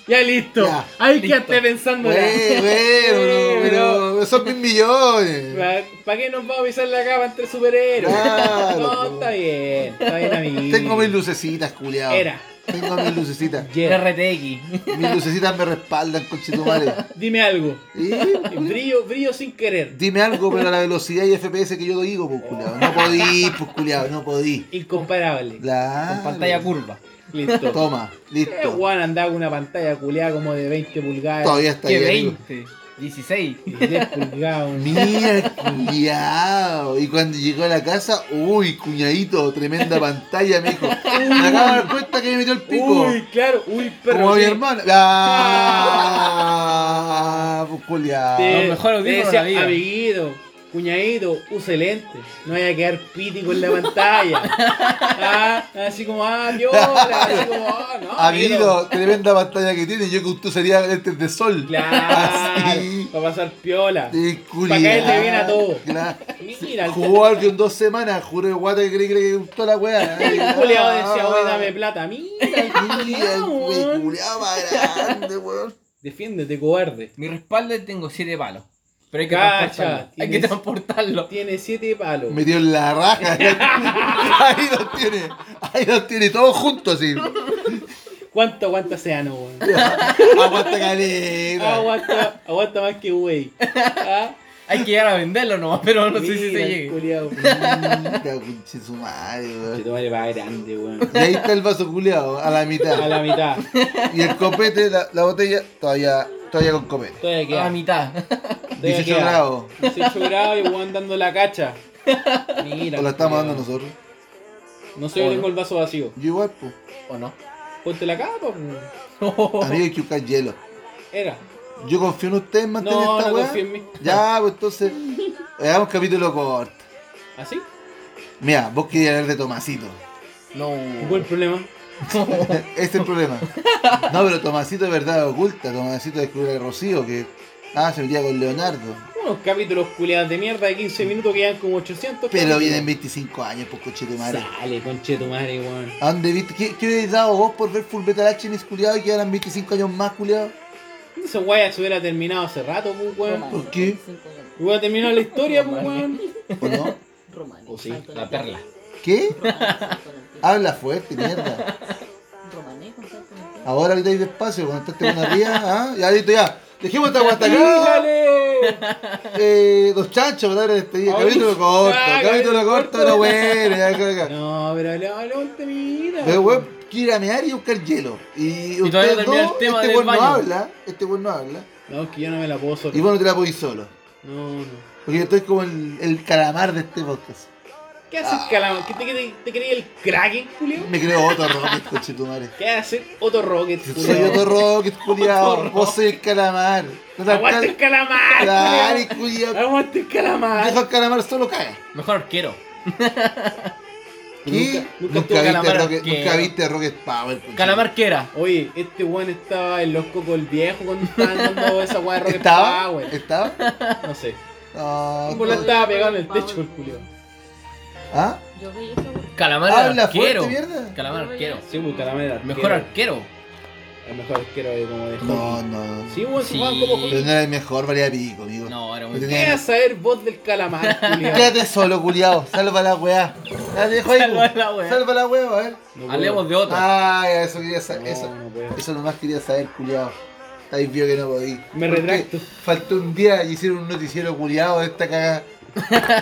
Ya listo. Ya, Ahí quedaste pensando. Güey, bueno, pero son mil millones. ¿Para qué nos va a pisar la capa entre superhéroes? Claro, no, po. está bien. Está bien, amigo. Tengo mis lucecitas, culiao. Era. Tengo mis lucecitas. Yeah. RTX. Mis lucecitas me respaldan, conchetumare. Dime algo. Y Brillo, brillo sin querer. Dime algo, pero a la velocidad y FPS que yo digo, pues culiao. No podí, pues culiao, no podí. Incomparable. Claro. Con pantalla curva. Listo. Toma, Eh, listo. Juan andaba con una pantalla culeada como de 20 pulgadas. Todavía está Que ahí. amigo. 20. 16. y 10 pulgadas. un- Mira, culiao. Y cuando llegó a la casa, uy, cuñadito, tremenda pantalla, me dijo. Me acabo de dar cuenta que me metió el pico. Uy, claro. Uy, perro. Como a mi sí. hermana. Ah, pues culiao. Te- Los mejores te audífonos decía, de la vida. Amiguito, cuñadito, use lentes. No vaya a quedar pítico en la pantalla. Ah, así como, ah, viola. Así como, ah, no. Amigo, tremenda pantalla que tiene. Yo con tú sería lentes de sol. Claro, Así. para pasar piola. Sí, culiao. caerle bien a todo. Claro. Mira, el Jugó alguien dos semanas, juré guata que creí que le gustó la Ah, wea. el culiao decía, oye, dame plata. Mira, el Mira, culiao, ah, güey, weón. culiao más grande, weón. Defiéndete, cobarde. Mi respaldo tengo 7 palos. Pero hay que Cacha, transportarlo. Hay que tienes- transportarlo. Tiene siete palos. Metió en la raja. Ahí los tiene. Ahí los tiene todos juntos así. ¿Cuánto aguanta Seano, weón? Aguanta calera. Aguanta, aguanta más que wey. Ah, Hay que llegar a venderlo nomás, pero no sé si mira, se el llegue. culiao. Puta, conche su madre, Que weón. tu madre va grande, weón. Y ahí está el vaso culeado, a la A mitad. la mitad. Y el copete, la, la botella, todavía, todavía con copete. Todavía A queda. la mitad. todavía 18 queda. grados. 18 grados y weón dando la cacha. Mira. O la estamos dando culiao. nosotros. No sé, yo tengo el vaso vacío. Yo igual, pues. ¿O no? Ponte la capa, weón. Oh. Amigo, hay que buscar hielo. Era. Yo confío en ustedes, mantener No, esta no weá. confío en mí. Ya, pues entonces, hagamos un capítulo corto. ¿Así? Mira, vos querías hablar de Tomasito. No. ¿Cuál el problema? Este es el problema. No, pero Tomasito es verdad oculta. Tomasito descubre a Rocío que. Ah, se metía con Leonardo. Unos capítulos culiados de mierda de 15 minutos que llevan como 800. Pero capítulos. vienen 25 años, pues, por coche de madre. Sale, conche tu madre, weón. ¿A dónde viste? ¿Qué, qué hubierais dado vos por ver Full Metal Alchemist culiado y que eran 25 años más culiado? Esa guaya se hubiera terminado hace rato, pues, weón. ¿Por qué? cinco años. Hubiera terminado la historia, pues, weón. ¿O no? Román. Oh, sí, Salto en La el perla. ¿Qué? tiempo. Román, salto en el tiempo. Habla fuerte, mierda. Romané con salto en el tiempo. Ahora ahorita hay despacio, cuando estás con una ría, ah, ya listo, ya. Dejemos esta guata acá. ¡Dale! Eh, los chanchos, ¿verdad? Despedida. Ay, Capítulo ah, corto, capítulo capítulo corto, corto. pero bueno, ya, ya, ya. No, pero habló un temita. Pero weón, quiere ir a mear y buscar hielo. Y, todavía no ustedes termina dos, el tema este del weón no baño. habla, este weón no habla. No, es que yo no me la puedo Y soltar. bueno, te la podís solo. No, no. Porque yo estoy como el, el calamar de este podcast. ¿Qué haces, Ah. Calamar? ¿Qué te, te, te creí el Kraken, Julio? Me creo otro Rocket, conchetumare. ¿Qué haces? Otro Rocket, Soy Julio. otro Rocket, culiao. Otro Vos soy el calamar. No te ¡Aguante el alcanza. Calamar! Dale, Julio. culiao. ¡Aguante el Calamar! Dejo al calamar solo caga. Mejor arquero. ¿Qué? Nunca- nunca tuvo viste calamar Rocket, arquero. nunca viste Rocket Power. pues. conchetumare. Calamar que era. Oye, este weón estaba en los cocos el viejo cuando estaban dando esa weá de Rocket ¿Estaba? Power. ¿Estaba? No sé. No. Por la estaba pegado en el techo el Julio. ¿Ah? Yo vi eso porque Calamar era Habla arquero. fuerte, mierda. Calamar arquero. Sí, pues Calamar era arquero. Mejor arquero. El mejor arquero de como de No, hockey. no. Sí, weón, Sí. se jugaban como Pero hockey. no era el mejor, valía pico, amigo. No, era No muy. tenía- ¿Qué vas a saber vos del Calamar, Julio? Quédate solo, culiao. Salva la weá. La dejo ahí. Salva po. la weá. Salva la weá, a ver. No puedo. Hablemos de otro. Tota. Ay, Ah, eso quería saber. No, Eso, no puedo. eso nomás quería saber, culiao. Ahí vio que no podí. Me ¿Por qué? retracto. Faltó un día y hicieron un noticiero culiao de esta cagada.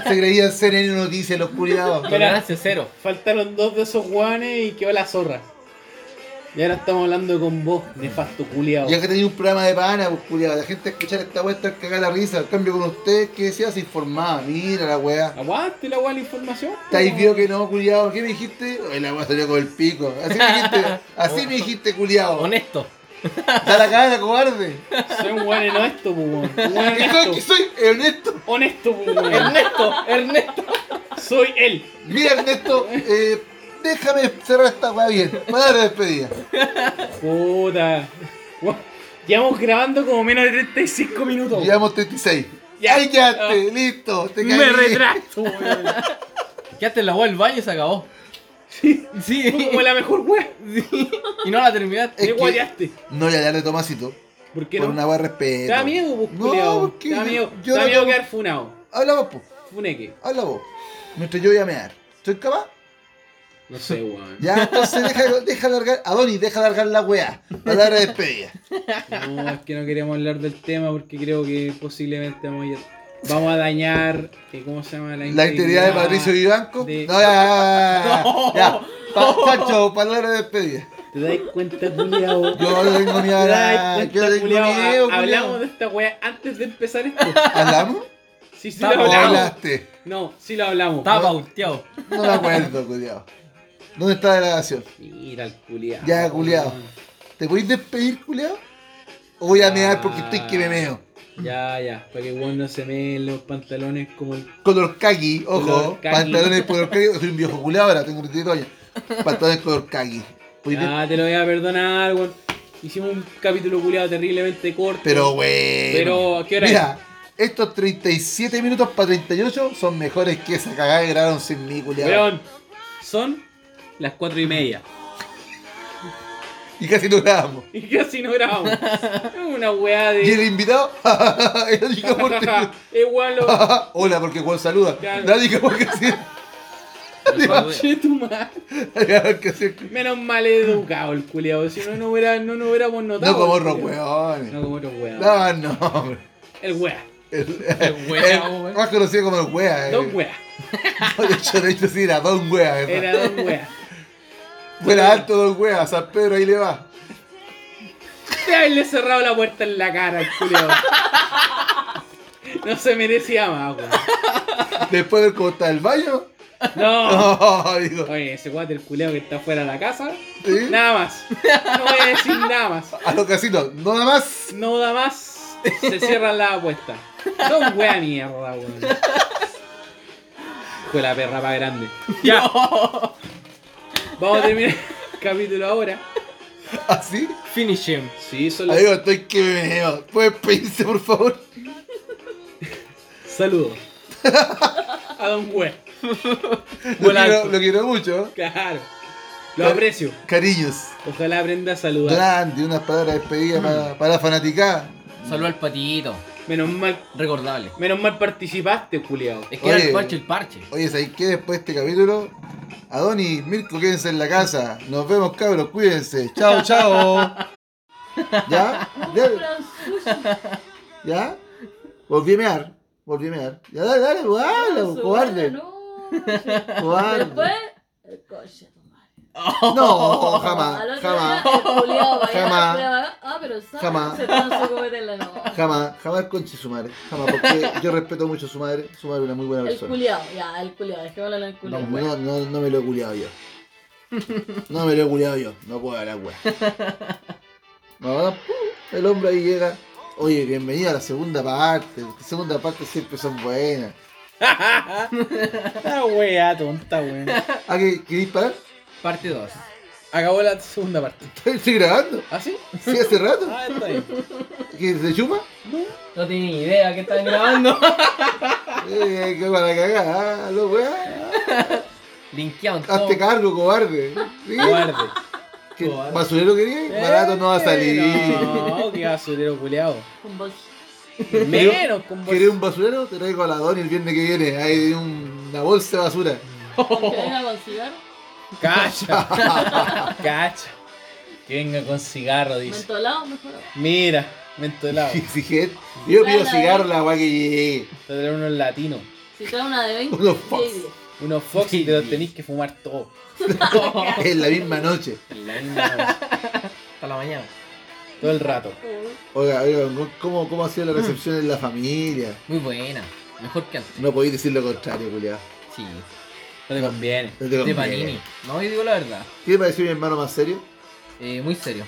Se creían CNN Noticias los culiados. Espera. Tolerancia cero. Faltaron dos de esos guanes y quedó la zorra. Y ahora estamos hablando con vos, nefasto culiao. Ya que tenía un programa de pana, pues culiao. La gente escuchar esta weá está cagada la risa. En cambio, con ustedes, que decía? Se informaba. Mira la weá. Aguante la guay la información. Está Ahí vio que no, culiao. ¿Qué me dijiste? Ay, la weá salió con el pico. Así me dijiste, así me dijiste culiao. Honesto. Da la cara, cobarde. Soy un guan en esto, pues, weón. Un guan Que soy, que honesto. soy Ernesto. Honesto, pues, weón. Ernesto, Ernesto. Soy él. Mira, Ernesto, eh, déjame cerrar esta weá bien. Para la despedida. Puta. Guau, Llevamos grabando como menos de 35 minutos. weón. Llevamos 36. Ya. Ahí quedaste, listo. Te Me caí. retracto, weón. Quedaste en la agua del baño y se acabó. Sí. Sí. Fue como la mejor weón. Y no la terminaste. Es Te que- guayaste. No voy a hablar de Tomasito. ¿Por qué por no? una weá de respeto. Te da miedo, pues, No, culiao. porque Te da yo- miedo. yo Te da no miedo tengo- quedar funado. Habla vos, po. Funeque. Habla vos. Mientras yo voy a mear. ¿Soy capaz? No sé, weón. Ya, entonces deja, deja largar. Adonis, deja largar la weá. Palabra de despedida. No, es que no queríamos hablar del tema porque creo que posiblemente vamos a, vamos a dañar, eh, ¿cómo se llama? La integridad de Patricio Vivanco. de- No, ya, ya, ya, ya, ya. Pa- Pancho, palabra de despedida. ¿Te das cuenta, culiao? Yo no tengo ¿Te miedo a das la- Yo no cuenta, tengo culiao? miedo, Ha- Hablamos culiao. de esta wea antes de empezar esto. ¿Hablamos? Sí, sí lo Estamos- ¿O hablamos. hablaste? No, sí lo hablamos. Estaba pauteado. No me acuerdo, culiao. ¿Dónde está la grabación? Mira el culiao. Ya, culiao. ¿Te podéis despedir, culiao? ¿O voy a mear porque estoy que me meo? Ya, ya. Para que weón no se me los pantalones como el. Color kaki, ojo, Color khaki. pantalones color kaki, soy un viejo culiao ahora, tengo 32 años. Pantalones color kaki. Pues, Ya, te lo voy a perdonar, weón. Hicimos un capítulo culiao terriblemente corto. Pero bueno. Pero, ¿a qué hora Mira, estos 37 minutos para 38 son mejores que esa cagada que grabaron sin mí, culiao. Weón, son las cuatro y media. Y casi no grabamos. Y casi no grabamos. Es una weá Y el de. invitado, era Dica Porte. Es weón lo. Hola, porque Juan saluda. Claro. Nadie que porque sí. Che, tu madre. que sí. Menos mal educado el culiao. Si no, no, hubiera, no nos hubiéramos notado. No como el otros culiao. weones. No como otros weón. No, no, hombre. El weá. El- El el- weón, weón. Más conocido como el wea. eh. Dos weá. De hecho, de hecho, sí, era Don Wea, ¿verdad? Era dos weá. Fuera alto Don Wea, San Pedro ahí le va. De haberle cerrado la puerta en la cara al culiao. No se merecía más, weón. Después de ver cómo está el baño. No. No, digo. Oye, ese guate el culiao que está fuera de la casa. ¿sí? Nada más. No voy a decir nada más. A los casinos, no nada más. No da más. Se cierran las apuestas. Son wea mierda, weón. Fue la perra pa' grande. Ya. Vamos a terminar el capítulo ahora. Así. Finish him. Sí, son los Amigo, estoy que me meo. ¿Puedes pedirse, por favor? saludos. A don wea. Lo Hola, quiero, alto. lo quiero mucho. Claro. Lo aprecio. Cariños. Ojalá aprenda a saludar. Grande, unas palabras de despedida Mm. para, para la fanaticada. Saluda al patito. Menos mal, Recordable. menos mal participaste, culiao. Es que era Oye. el parche, el parche. Oye, ¿sabéis qué? Después de este capítulo, Adoni, Mirko, quédense en la casa. Nos vemos, cabros, cuídense. Chao, chao. ¿Ya? ¿Ya? compran sushi. ¿Ya? Volví a mear. Volví a mear. Ya, dale, dale, guau, Su- cobarde. No. Cobarde. Después, el coche. No, jamás, Al otro jamás, día, el culiao va a ir a la Jamás. prueba. Ah, pero ¿sabes? Jamás. Se conoce cómo meterla, no. jamás, jamás conche su madre. Jamás, porque yo respeto mucho a su madre. Su madre es una muy buena El persona. culiao, ya, el culiao, dejémoslo en el culiao. No, No, no, no me lo he culiado yo. No me lo he culiado yo. No puedo hablar, weón. No, no, el hombre ahí llega. Oye, bienvenido a la segunda parte. La segunda parte siempre son buenas. La weá tonta, weón. ¿Ah, que queréis parar? Parte 2. Acabó la segunda parte. Estoy grabando. ¿Ah, sí? Sí, hace rato. Ah, está bien. ¿Que se chupa? No tenía ni idea que están grabando. Eh, que para cagar, ah, lo weá. Linkeado en todo. Hazte cargo, cobarde. ¿Sí? Guarde. ¿Qué, Cobarde. ¿Basurero querías? Eh, Barato no va a salir. No, qué basurero culeado. Con voz. Menos con vos. ¿Querés un basurero? Te traigo a la Doni el viernes que viene. Hay un- una bolsa de basura. Con que venga con cigarro, Cacha. Cacha. Que venga con cigarro, dice. mentolado mejor. Mira, mentolado. Y dije, Yo pido Claro, cigarro la weá que llegue. Te traen unos latinos. Si trae una de 20, Unos Fox. sí, diez. Unos Fox y te los tenéis que fumar todos. En la misma noche. La misma vez, Hasta la mañana. Todo el rato. Oiga, oiga, ¿cómo, ¿cómo ha sido la recepción en la familia? Muy buena. Mejor que antes. No podéis decir lo contrario, culiado. Sí. No te conviene. No te De conviene. Panini. No, yo digo la verdad. ¿Qué te pareció mi hermano más serio? Eh, muy serio.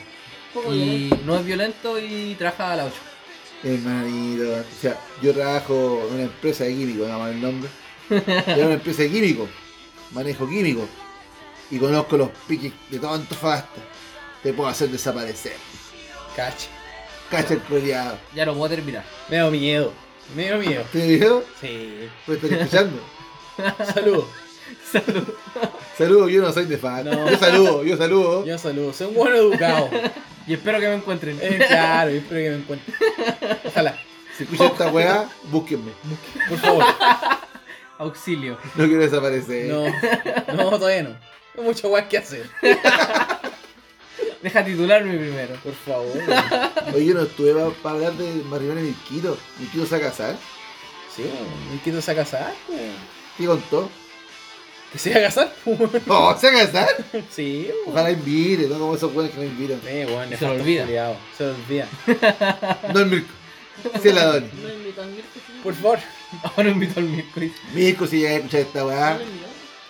Poco Y bien. no es violento y trabaja a la 8. Hermanito, o sea, yo trabajo en una empresa de químicos, nada más el nombre. Yo en una empresa de químicos, manejo químico. Y conozco los piques de todo Antofagasta. Te puedo hacer desaparecer. Cacha. Cacha el proleado. Ya lo puedo terminar. Me da miedo. Me da miedo. ¿Te video? Sí. Pues estar escuchando. Saludos. Saludos, yo no soy de fan. No. Yo saludo, yo saludo. Yo saludo. Soy un buen educado. Y espero que me encuentren. Eh, claro, yo espero que me encuentre. Ojalá. Si escuchan esta weá, búsquenme. Por favor. Auxilio. No quiero desaparecer. No. No, todavía no. Hay mucho guay que hacer. Deja titularme primero. Por favor. Oye, yo no estuve para hablar de matrimonio de Milquito. Milquito se va a casar. Sí, ¿y quién se va a casar? weón? ¿Qué contó? ¿Que se va a casar? ¡Oh, se va a casar! Sí, weón. Ojalá invite, no como esos weones que no invitan. Eh, weón, Se nefasto lo olvida. culiao, Se lo olvida. No el Mirko. Se la Doni. No invitó al Mirko, sí. Por favor. Ahora invito al miércoles. Mirko, si llegas a escuchar esta No weá, lo invitó.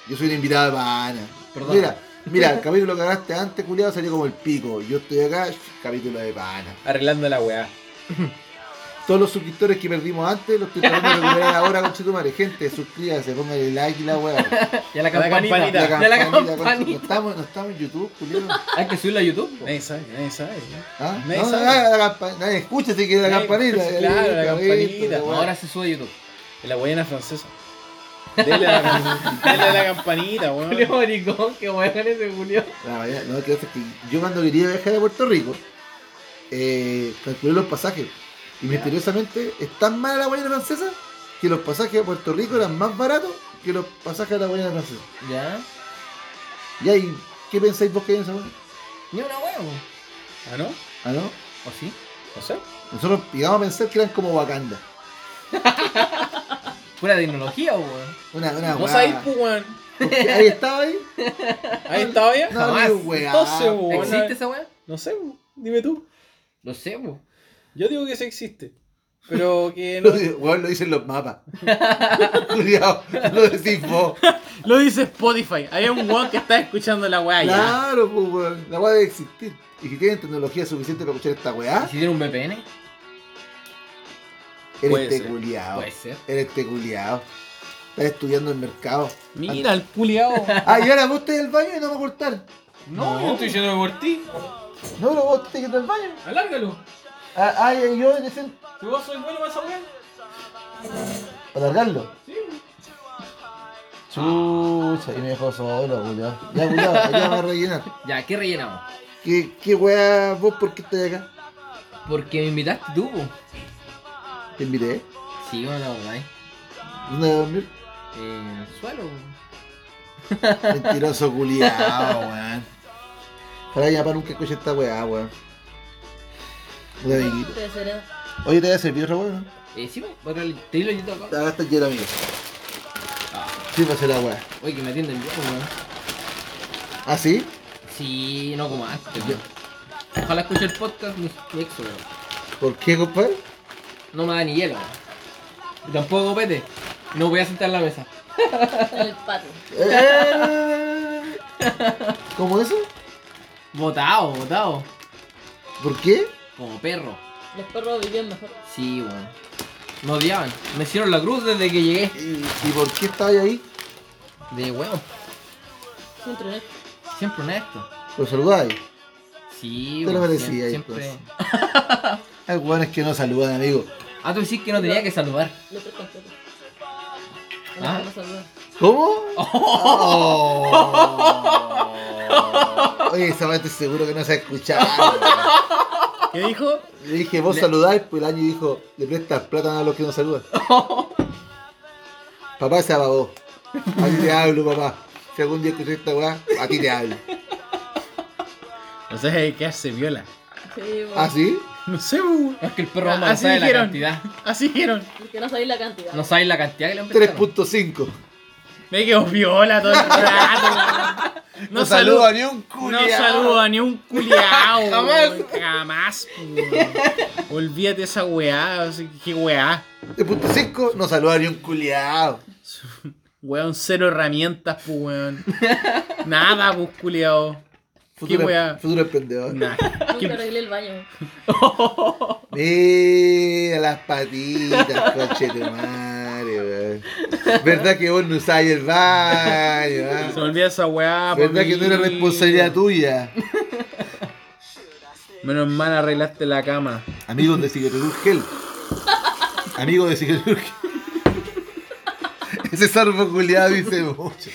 yo soy un invitado de pana. Perdón. Mira, mira, el capítulo que hablaste antes, culiado, salió como el pico. Yo estoy acá, sh, capítulo de pana. Arreglando la weá. Todos los suscriptores que perdimos antes, los estoy tratando de recuperar ahora con Chitumare. Gente, suscríbase, póngale like y la weá. Ya la La campanita. campanita. Ya la campanita. concha- No estamos, no estamos en YouTube, culiado. Hay que subirla a YouTube. po. Nadie sabe, nadie sabe. ¿no? ¿Ah? Nadie No, sabe. ah, la campa- Nadie escucha si quiere la Nadie campanita. escucha, claro, la Eh, campanita. weá. Ahora se sube a YouTube. La guayana francesa. Dele a la, dele a la campanita, Julio weón. Maricón, que weón ese Julio. La verdad, no, que pasa es que yo cuando quería viajar a Puerto Rico, eh, calculé los pasajes. Y misteriosamente es tan mala la Guayana Francesa que los pasajes a Puerto Rico eran más baratos que los pasajes a la Guayana Francesa. Ya. ¿Y ahí qué pensáis vos que hay en esa weá? Ni una huevo. ¿Ah, no? ¿Ah, no? ¿O sí? No sé. Nosotros llegamos a pensar que eran como Wakanda. Pura tecnología, weón. Una, una No weá. sabéis, pues, weón. Porque Ahí estaba ahí. Ahí estaba ya. No, Jamás. ni weá. Entonces, weón. ¿Existe esa weón? No sé, weón. dime tú. Lo sé, weón. Yo digo que sí existe. Pero que no. Lo, di- weón, lo dicen los mapas. Cuidado, lo decís vos. Lo dice Spotify. Hay un weón que está escuchando la weá ya. Claro, pues, weón. La weá debe existir. Y si tienen tecnología suficiente para escuchar esta ¿Y weá, si tiene un VPN? eres Puede ser, teculiado. Puede ser. este Eres teculiado. Estás estudiando el mercado. Mira el culiao. Ah, y ahora vos estás en el baño y no me a cortar. No, yo estoy yendo por ti. No, pero vos estás yendo al baño. Alárgalo. Ah, ah, y yo decir. Si vos sois bueno, vas a weón. Para largarlo. Chucha, y me dejó solo, culiado. Ya, culiado, allá va a rellenar. Ya, ¿qué rellenamos? ¿Qué, qué weá vos por qué estás acá? Porque me invitaste tú, po. Te invité. Sí, weón, la verdad. eh. ¿Dónde vas a dormir? Eh, en el suelo, weón. Mentiroso culiao, weón. Para ya para nunca escuché esta weá, weón. De amiguito. Te deshereda. Oye, te voy a servir otra weá, ¿no? Eh, sí, weón. Pero el- te di lo yo todo acá. Acá está lleno, amigo. Sí, va a ser la weá. Oye, que me atienden bien, weón. ¿Ah, sí? Sí, no como antes. weón. Ojalá escuche el podcast mi, mi ex, weón. ¿Por qué, compadre? No me da ni hielo. weón. Y tampoco copete. Y No voy a sentar en la mesa. En el patio. Eh, ¿Cómo eso? Botado, botado. ¿Por qué? Como perro. Los perros vivían mejor. Sí, weón. Me odiaban. Me hicieron la cruz desde que llegué. ¿Y, y por qué estaba ahí? De weón. Siempre en esto. Siempre honesto. Lo saludáis. Sí, Te lo pues. weón, merecía siem- ahí, Siempre. Hay hueones que no saludan, amigo. Ah, tú decís que no tenía que saludar. Los tres conceptos. Ah. ¿Cómo? Oh. Oye, esa parte seguro que no se ha escuchado. ¿Qué dijo? Le dije, vos saludáis, pues el año dijo, le prestas plátano a los que no saludan. papá se apagó. A ti te hablo, papá. Si algún día escuchas esta weá, a ti te hablo. No sé qué hace viola. Sí, bueno. ¿Ah, sí? No sé, bu. No es que el perro Ah, ama, no así sabe la dijeron. cantidad. Así dijeron. Porque no sabéis la cantidad. No sabe la cantidad que le han prestado. 3.5. Me quedo viola todo el rato. weón. No, saludo, ni un no saludo a ni un culiao. jamás. Jamás. weón. Olvídate esa weá. o sea, Qué weá. 3.5, no saludo a ni un culiao. Weón, cero herramientas, pues, weón. Nada, pues, culiao. Futuro, weá? futuro emprendedor. Nada. Nunca arreglé el baño. Mira las patitas, coche de madre, weón. ¿Verdad que vos no usáis el baño? ah? Se me olvida esa weá, pues. ¿Verdad que no era responsabilidad tuya? Menos mal arreglaste la cama. Amigos de Cigarrur Gel. Amigos de Cigarrur Gel. Ese sarbo culiado dice mucho.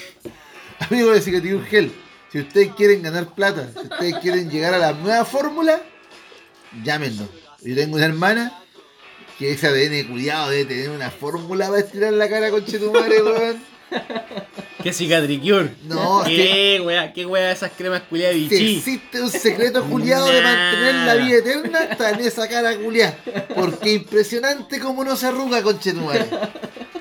Amigos de Cigarrur Gel. Si ustedes quieren ganar plata, si ustedes quieren llegar a la nueva fórmula, llámenos. Yo tengo una hermana que ese ADN culiado debe tener una fórmula para estirar la cara con madre, weón. ¿Qué cicatricure? No, ¿Qué weá? ¿Qué weá esas cremas culiadas de Si bichí? existe un secreto culiado de mantener la vida eterna, está en esa cara culiada. Porque impresionante como no se arruga, conchetumare.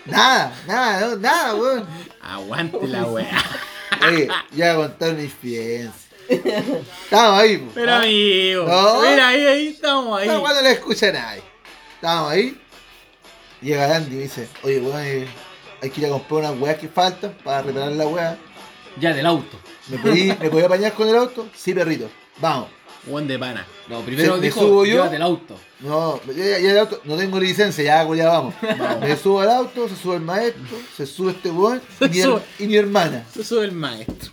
Nada, nada, no, nada, weón. Aguante la weá. Ah. Oye, ya voy a contar mi experiencia. Estamos ahí, po. Pero amigo. No. Mira, ahí, ahí estamos ahí. No, cuando la escucha nadie. Estábamos ahí. Llega Dandy y me dice, oye, weón, eh, hay que ir a comprar unas weas que faltan para reparar la wea. Ya del auto. ¿Me pedí, me podía apañar con el auto? Sí, perrito. Vamos. Weón de pana. No, primero ¿Me dijo, subo yo? yo del auto. No, ya, ya- ya el auto, no tengo licencia, ya, güey, ya vamos. Me subo al auto, se sube el maestro, se sube este weón y, mi her- sube. y mi hermana. Tú sos el maestro.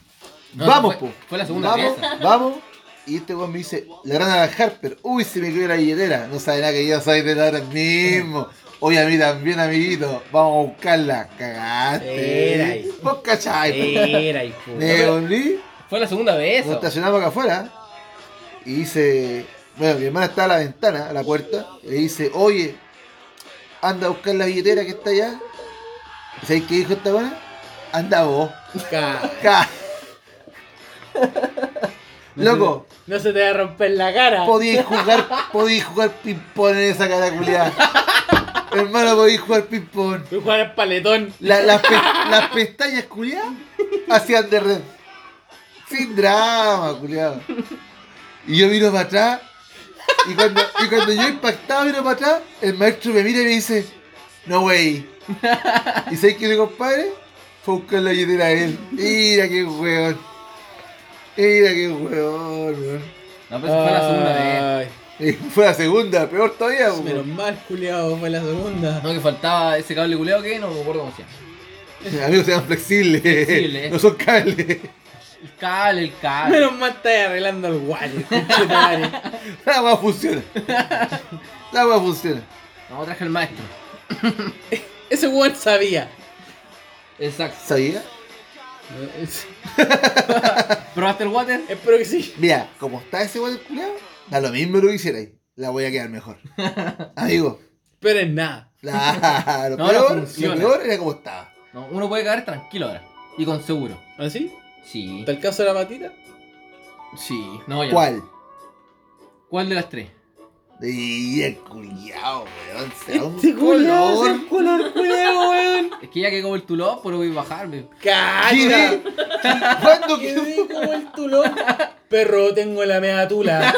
No, vamos, fue- po. fue la segunda Vamos, pieza. vamos. Y este weón me dice, la gran Alan Harper, uy, se me cayó la billetera. No sabe nada que yo soy de ahora mismo. Oye, a mí también, amiguito, vamos a buscarla. Era Cagaste. ahí. Vos cachai, Era y po. Me volví. Fue la segunda vez. Nos eso. estacionamos acá afuera y dice, bueno, mi hermana está a la ventana, a la puerta, y le dice, oye, anda a buscar la billetera que está allá. ¿Y sabes qué dijo esta buena? Anda vos. Ca- Loco, No se te va a romper la cara. podíais jugar, podíais jugar ping-pong en esa cara culiada. Hermano, podíais jugar ping-pong. Voy a jugar al paletón. La- las, pe- las pestañas culiadas hacían de red. Sin drama, culiado. Y yo miro para atrás. Y cuando, y cuando yo impactado miro para atrás, el maestro me mira y me dice, no wey. ¿Y sabes qué, mi compadre? Fue a buscar la billetera a él. Mira qué weón. Mira qué weón, weón. No, pero eso fue la segunda vez. Ay, Y fue la segunda, peor todavía, Menos weón. mal, culiao, fue la segunda. No, que faltaba ese cable culeado que no me acuerdo cómo se llama. Amigos, sean flexibles. Flexibles. No son cables. El cable, el cable. Menos mal estás arreglando el wallet. La weá funciona. La weá funciona. No, traje el maestro. Ese weón sabía. Exacto. ¿Sabía? ¿Probaste el water? Espero que sí. Mira, como está ese weón culiado, da lo mismo lo que hiciera ahí. La voy a quedar mejor. Amigo, Pero es nada. la, lo, No, no peor, lo funciona. peor era como estaba. No, uno puede caer tranquilo ahora. Y con seguro. ¿Así? Sí. ¿Te alcanza la patita? Sí. No, ya. ¿Cuál? ¿Cuál de las tres? Y el culiao, weón. Se da un Este culiao color. es el color culiao, weón. Es que ya que como el tulón, pero voy a bajarme. ¡Cacha! Quedé- Ah, ¿Cuándo Quedé como el tulón. Perro, tengo la media tula.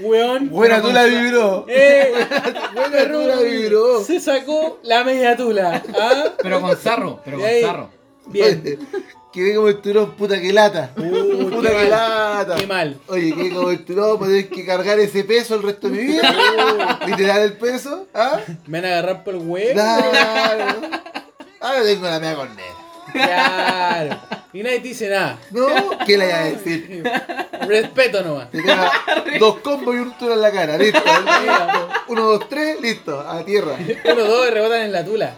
Weón. Buena una tú la consola- vibró. Eh, Buena tú la perro, vibró. se sacó la media tula. ¿ah? Pero con zarro, pero con Ey. zarro. Bien. Quedé como el turón, puta que lata. Uh, Puta qué que mal. lata. Qué mal. Oye, quedé como el turón, tener pues que cargar ese peso el resto de mi vida. Literal el peso. ¿Ah? Me van a agarrar por el huevo. Claro. Ahora tengo la mea corneta. Claro. Y nadie te dice nada. No, ¿qué le voy a decir? Respeto nomás. Te pega dos combos y un tiro en la cara, listo. Uno, dos, tres, listo, a tierra. Uno, dos rebotan en la tula.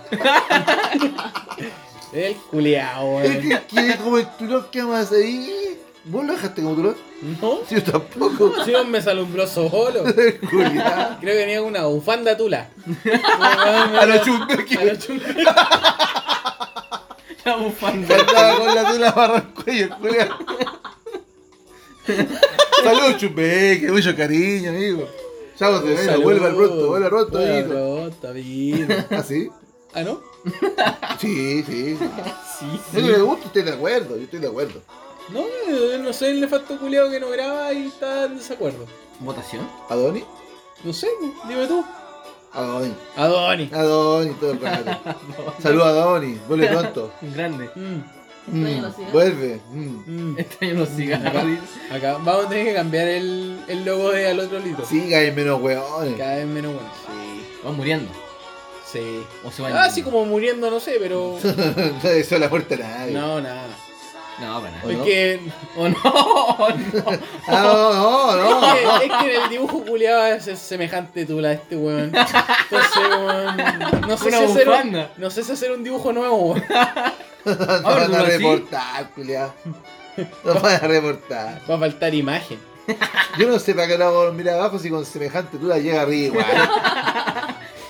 El culiao, Es weón. que quedé como el turón que amas ahí. ¿Vos lo dejaste como turón? No, Sí, Yo tampoco. si no me salumbró solo. Culiao. Ah, Creo que tenía una bufanda tula. A A los chumbeques. A los chumbeques. La bufanda. Andaba con la tula barra el cuello, culiao. Saludos, chumbeque, mucho cariño, amigo. Chao, te veo, vuelve pronto, vuelve pronto, amigo. pronto, amigo. ¿Ah, sí? ¿Ah, no? Sí, sí. Sí, No le gusta, estoy de acuerdo, yo estoy de acuerdo. No, eh, no sé el nefasto culiao que no graba y está en desacuerdo. ¿Votación? ¿A Donny? No sé, dime tú. A Donny. A Donny. A Donny todo el rato. Saludos a Donny, vuelve pronto. Grande. Mm, Mm, Oye, lo sigo. vuelve. mm. mm. Extraño los cigarros. dice. Acá vamos a tener que cambiar el, el logo de al otro lito. Sí, caen menos hueones. Cada vez menos bueno. Van muriendo. Sí. O se van. Ah, así como muriendo, no sé, pero. No deseo la muerte a nadie. No, nada. No, para nada. ¿O Es no? que. O no, o no. Ah, no, no, no. Es que, es que en el dibujo culiado es es semejante tula este weón. Entonces, weón. No sé, Una si hacer un, bufanda. no sé si hacer un dibujo nuevo, weón. Nos Ahora van a tú así. reportar, culiao. Nos van a reportar. Va a faltar imagen. Yo no sé para qué lo hago mirar abajo si con semejante tú la llega arriba. igual.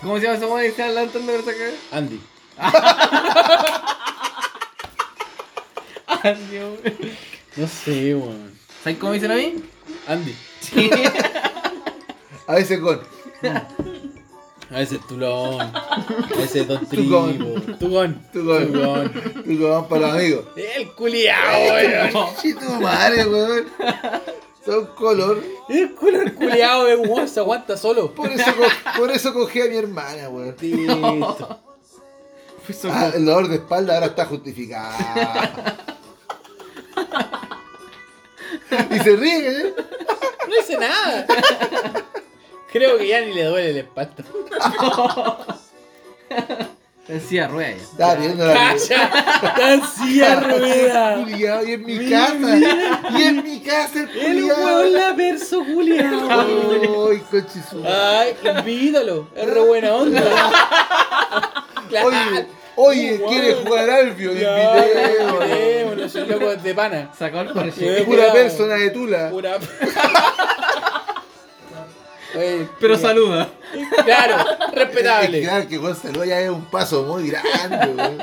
¿Cómo se llama esa weá que está levantando la saca? Andy. Ah, Dios. No sé, weón. ¿Sabes cómo me dicen a mí? Andy. Sí. A veces con. A veces tulón. A veces don Tugón. trigo. Tugón. Tugón. Tú que vas para los amigos. El culiao, weón. Sí, tu madre, weón. Son color. El culo el culiao de weón se aguanta solo. Por eso, co- por eso cogí a mi hermana, weón. Listo. Fue so- Ah, el dolor de espalda ahora está justificado. y se ríe, ¿eh? No hice nada. Creo que ya ni le duele el espanto. Está en silla de ruedas Estaba pidiendo la ¡Calla! ¡Tan silla rueda! Culiao, y en mi casa. Y en mi casa el ¡El weón culiao. la verso culiao! Ay, cochizudo. ¡Ay, invítalo! ¡Es re buena onda! Oye, oye, Weón. ¿quieres jugar al video? Ya, Invité, weón. bueno, soy loco de pana. ya. Sacó el Eh. corche. Pura culiao. persona de tula. Pura. Oye, Pero saluda. Claro, Es que, respetable. claro, que Juan Salud ya es un paso muy grande, weón.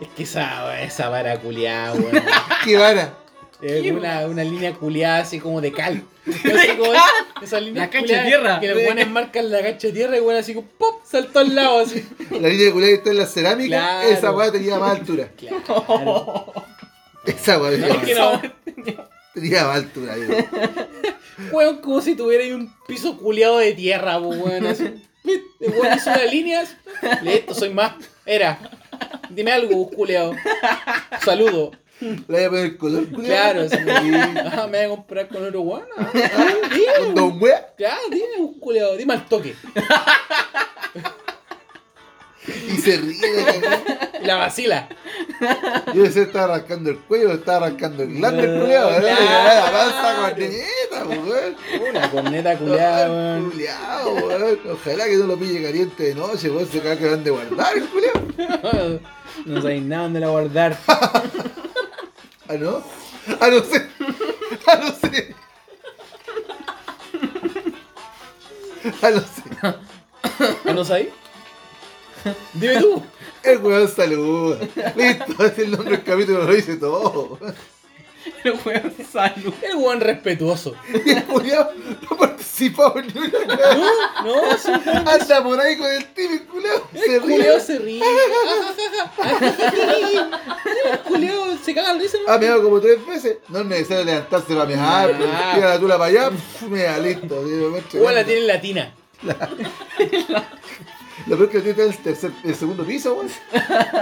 Es que esa, esa vara culiada, weón. Qué vara. Es una, una línea culiada así como de cal. Así como esa- esa línea La cancha de culiada tierra. Que los buenos marcan la cancha de tierra y bueno, así como ¡pop! saltó al lado así. La línea de culiao que está en la cerámica, Claro. esa weá tenía más altura. Claro. Esa weá No, es que no. tenía más altura, digo. Weón, como si tuviera ahí un piso culiado de tierra, po, weón. Así. pit, el Weón, hizo unas líneas. Listo, soy más. Era. Dime algo, culiado. Saludo. Le voy a poner color, culiao. Claro, sí. Sí. Ah, me voy a comprar con oro guano. Con dos weas. Claro, dime, culiado. Dime al toque. Y se ríe. de la- Y la vacila. Yo decía, estaba arrancando el cuello, estaba arrancando el glande, el No, culiao. ¿eh? claro. Avanza con neta, weón. Una corneta culiada, weón. Culiao, weón. Ojalá que no lo pille caliente de noche, weón. Se acaba que van de guardar, el culiao. No sabéis nada dónde la guardar. Ah, no. Ah, no sé. Ah, no sé. Ah, no sé. ¿No sabéis? Dime tú. El weón saluda. Listo, ese es el nombre del capítulo, lo dice todo. El weón salud. El weón respetuoso. Y el culiao no participó en ni una wea. No, no, sí. Anda por ahí con el típico culiao. Se El culeo ríe. se ríe. El culeo se caga la risa. ¿no? Ha meado como tres veces. No es necesario levantarse para mear. Ah. Tira la tula para allá. pf, Mea, listo. tío, macho. Weón la tiene en latina. Lo peor que tiene está en el, tercer, el segundo piso, weón.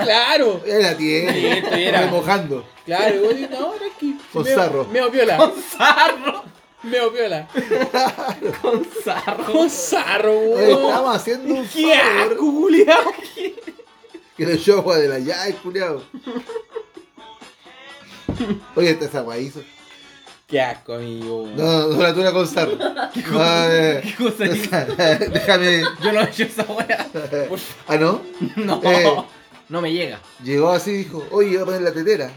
Claro, Ahí la tiene. Sí, esto ya era. Remojando. claro. Weón, no, ahora aquí. Con sarro. Me opiola. Sarro. Me opiola. Con sarro. Con sarro, Oh. Oye, weón. Estamos haciendo un ¡Qué favor. asco, culiao! Que no yo agua de la llave, culiao. Oye, esta esa agua hizo. Qué asco, amigo. No, no, no la tula con sarro. Ay, ¿Qué cosa es? Déjame. Yo no he hecho esa weá. Ah, no. No, Eh. no me llega. Llegó así y dijo, oye, voy a poner la tetera.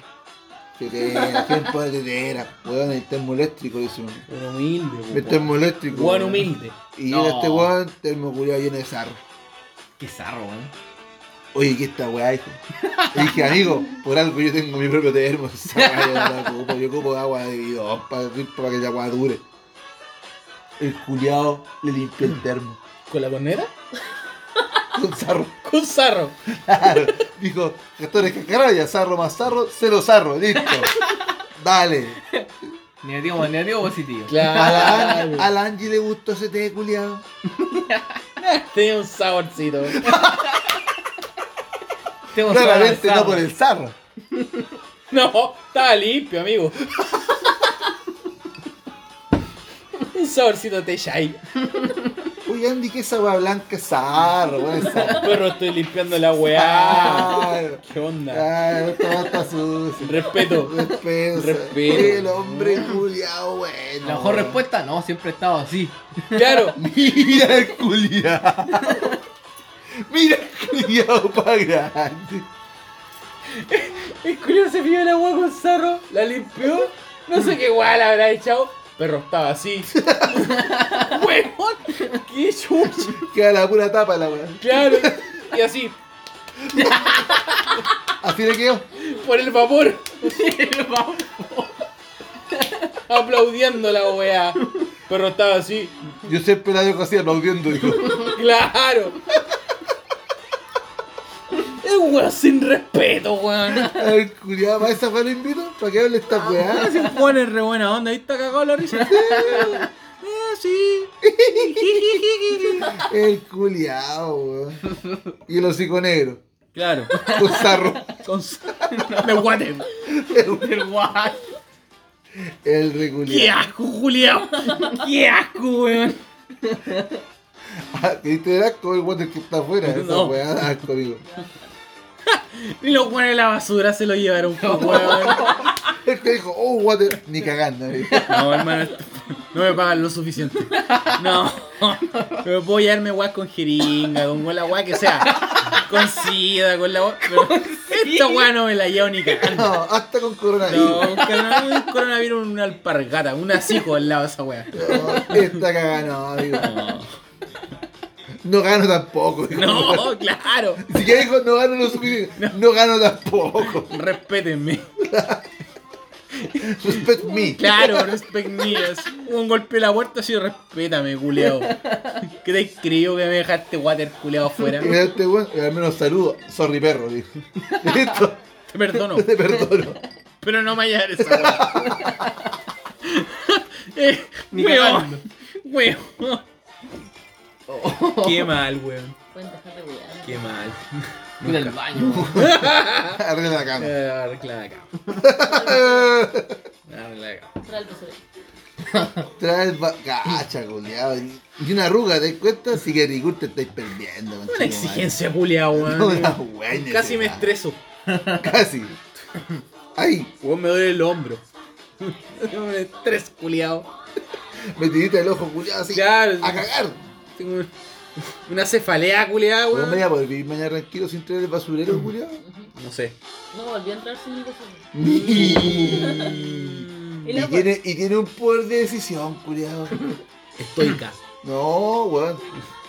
Tetera, ¿quién pone tetera? Weón, el termoeléctrico, dice uno. Un humilde, El termoeléctrico. Weón humilde. Y No. llega este weón, termo culiao lleno de sarro. Qué sarro, weón. Oye, ¿qué esta weá? Dijo. Y dije, amigo, por algo yo tengo mi propio termo. Esa weá yo no la ocupo, yo ocupo agua de bidón para, que la agua dure. El culiao le limpió el termo. ¿Con la corneta? Con sarro. Con sarro. Claro. Dijo, gastores cascarabia, sarro más sarro, cero sarro, listo. Dale. Negativo, más negativo, positivo. A la, Claro. An- a la Angie le gustó ese té culiao. Tenía un saborcito. Tengo que Claramente avanzar. no por el sarro. No, estaba limpio, amigo. Un saborcito de chai. Uy, Andy, ¿qué es agua blanca? Sarro, weón, sarro. Perro, estoy limpiando la weá. Claro. ¿Qué onda? Claro, esta weá está sucia. Respeto. Respeto. Respeto. Oye, El hombre culiao, bueno. La mejor respuesta, no, siempre he estado así. Claro. Mira el culiao. Mira el culiao pa' grande. El culiao se pilló la weá con sarro, la limpió. No sé qué weá la habrá echado. Perro estaba así. Huevón. Qué chucha. Queda la pura tapa la weá. Claro. Y así, Así le quedó. por el vapor. Aplaudiendo la weá. Perro estaba así. Yo siempre la dejo así aplaudiendo, dijo. Claro. Es un weón sin respeto, weón. El culiao, ¿para esa weá lo invito? ¿Para que hable esta weá? Ese Juan es re buena onda, ahí está cagado la risa. Eh, sí. El culiao, weón. Y el hocico negro. Claro. Un sarro. Con... Me guaten. Pero guau. El reculiao. Qué asco, Julián. Qué asco, weón. Ah, ¿Te diste el asco el water que está afuera? Esa No. weá da asco, amigo. Y lo pone en la basura, se lo llevaron, po, weón. El que dijo, oh, water. Ni cagando, amigo. No, hermano, esto- no me pagan lo suficiente. No, pero puedo llevarme guas con jeringa, con la guas que sea. Con sida, con la guas. Pero esta guas no me la llevo ni cagando. No, hasta con No, coronavirus. un coronavirus, un coronavirus, una alpargata, un asijo al lado de esa weá. No, Esta cagando, amigo. No gano tampoco. dijo. No, claro. Ni siquiera dijo, no gano lo suficiente. No gano tampoco. Respétenme. Respect me. Claro, respect me. Es un golpe a la puerta así, respétame, culeado. ¿Qué te creo que me dejaste water culeado afuera? Y mira este weón, al menos saludo. Sorry, perro, dijo. Listo, Te perdono, te perdono. pero no me hallar esa weá. Eh, Ni weón. Weón. Oh. Qué mal, weón. Pueden dejar de wear. Qué mal. Mira el baño. Arriba la cama. Eh, Arregla la cama. Arregla la cama. Trae el peso. Trae el ba- cacha, culiao. Y una arruga, ¿te das cuenta? Si que rigor te estáis perdiendo. Una exigencia, culeado, Una weón. buena Casi me necesidad. estreso. Casi. Ay, Weón, me duele el hombro. Tengo un estrés, culeado. metidita el ojo, culiao, así. Claro. A cagar. Tengo un- una cefalea, culeado, ¿Cómo me voy weón. a poder vivir mañana tranquilo sin traer el basurero, culiao? No sé. No volvió a entrar sin el peso. y, Y la wea. tiene, y tiene un poder de decisión, culiao. Estoica. No, weón.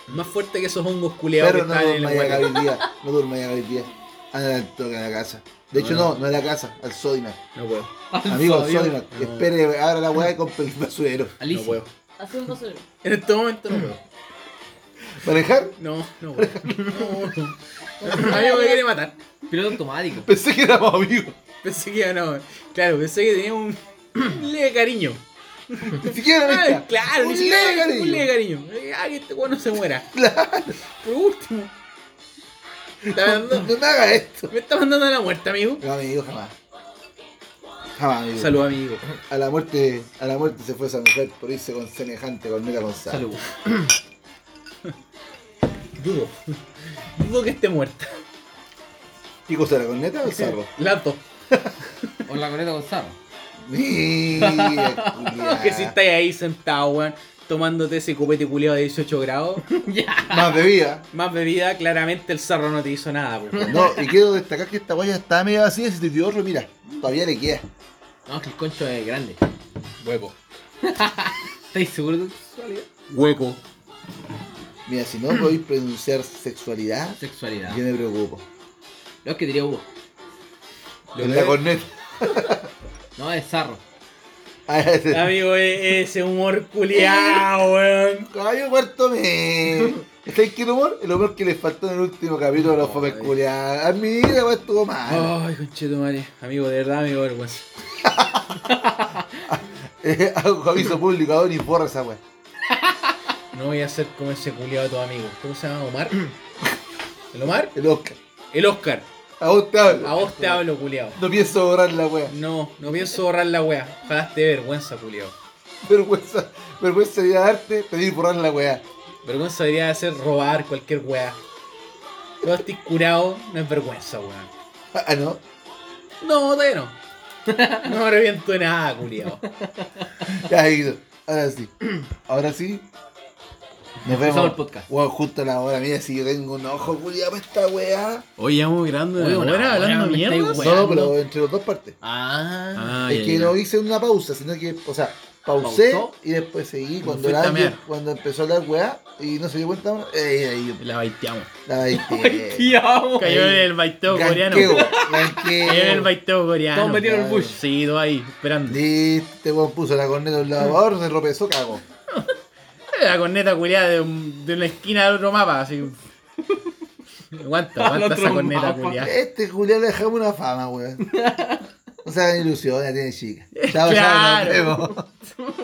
Más fuerte que esos hongos culeados que Pero no están en el durma ya hueco. hoy día. No durma ya hoy día. Ah, no, la toca a la casa. De hecho, no, no a la casa, al Sodimac. No puedo. Amigo, al Sodimac. Sodimac. Espere, abra la weá y compre el basurero. No Alicia. puedo. Así un basurero. En este momento no puedo. ¿Manejar? No, no puedo. No. A mí me quiere matar. Piloto automático. Pensé que éramos amigos. Pensé que no. Claro, pensé que tenía un leve cariño. Ni siquiera una Ah, amistad. claro, un ni siquiera leve un leve cariño. cariño. Eh, Ah, que este weón no se muera. Claro. Por último. Está No, mandando- no me haga esto. me está mandando a la muerte, amigo. No, amigo, jamás. Jamás, amigo. Salud, amigo. A la muerte, a la muerte se fue esa mujer por irse con semejante Corneta González. Salud. Dudo. Dudo que esté muerta. ¿Qué cosa la corneta o el sarro? Las dos. O la Coreta Gonzalo. Mira, culiao. Que si estáis ahí sentado, weón, tomándote ese copete culeado de 18 grados, Más bebida. más bebida, claramente el cerro no te hizo nada, po. No, y quiero destacar que esta guaya está medio vacía, 78, mira, todavía le queda. No, es que el concho es grande. Hueco. ¿Estáis seguros? Hueco. Mira, si no podéis pronunciar sexualidad, Sexualidad. yo me preocupo. No es que diría Hugo. En la corneta. No, es Zarro. Ah, ese- Amigo, e- ese humor culeado, weón. Caballo muerto me. ¿Estáis qué humor? El humor que les faltó en el último capítulo de los fomes Ay. culiados. A mí la guaya estuvo mal. Ay, conchetumare. Amigo, de verdad, amigo, vergüenza. Eh, hago aviso público, ahora y borra esa wea. No voy a ser como ese culiado de tu amigo. ¿Cómo se llama? ¿Omar? ¿El Omar? El Oscar. El Oscar. A vos te A hablo. vos te hablo, culiado. No pienso borrar la wea. No, no pienso borrar la wea. Ojalá te dé vergüenza, culiado. Vergüenza, vergüenza de ir a darte, pedir borrar la wea. Vergüenza debería ser robar cualquier weá. Todo estés curado no es vergüenza, weón. Ah, no. No, todavía no. No me arrepiento de nada, culiao. Ya, Guido. Ahora sí. Ahora sí. Nos vemos. Empezamos el podcast. Wow, justo a la hora. Mira, si yo tengo un ojo, culiado, para esta weá. Hoy ya muy grande Oye, una hora, me estáis No, Weá, no, pero no. entre las dos partes. Ah. Ah, es ya, que ya. no hice una pausa, sino que, o sea, pausé Pausó. y después seguí. Cuando, fuiste la- a mear. cuando empezó a hablar weá y no se dio cuenta, bueno, eh, ahí, La baiteamos. la baité. Tío. Cayó en el baiteo coreano. Ganqueo, Cayó en el ganqueo. baiteo coreano. Todos metieron el bush. Sí, todo ahí, esperando. Listo, este weón puso la corneta en un Mm. lavador, se tropezó, cago. La corneta culiada de, un- de una esquina del otro mapa, así. Aguanta, aguanta otro esa corneta mapa. culiada. Este Julián le dejamos una fama, weón. O sea, ilusión, ya tiene chica. Chao, chao, Claro. nos vemos.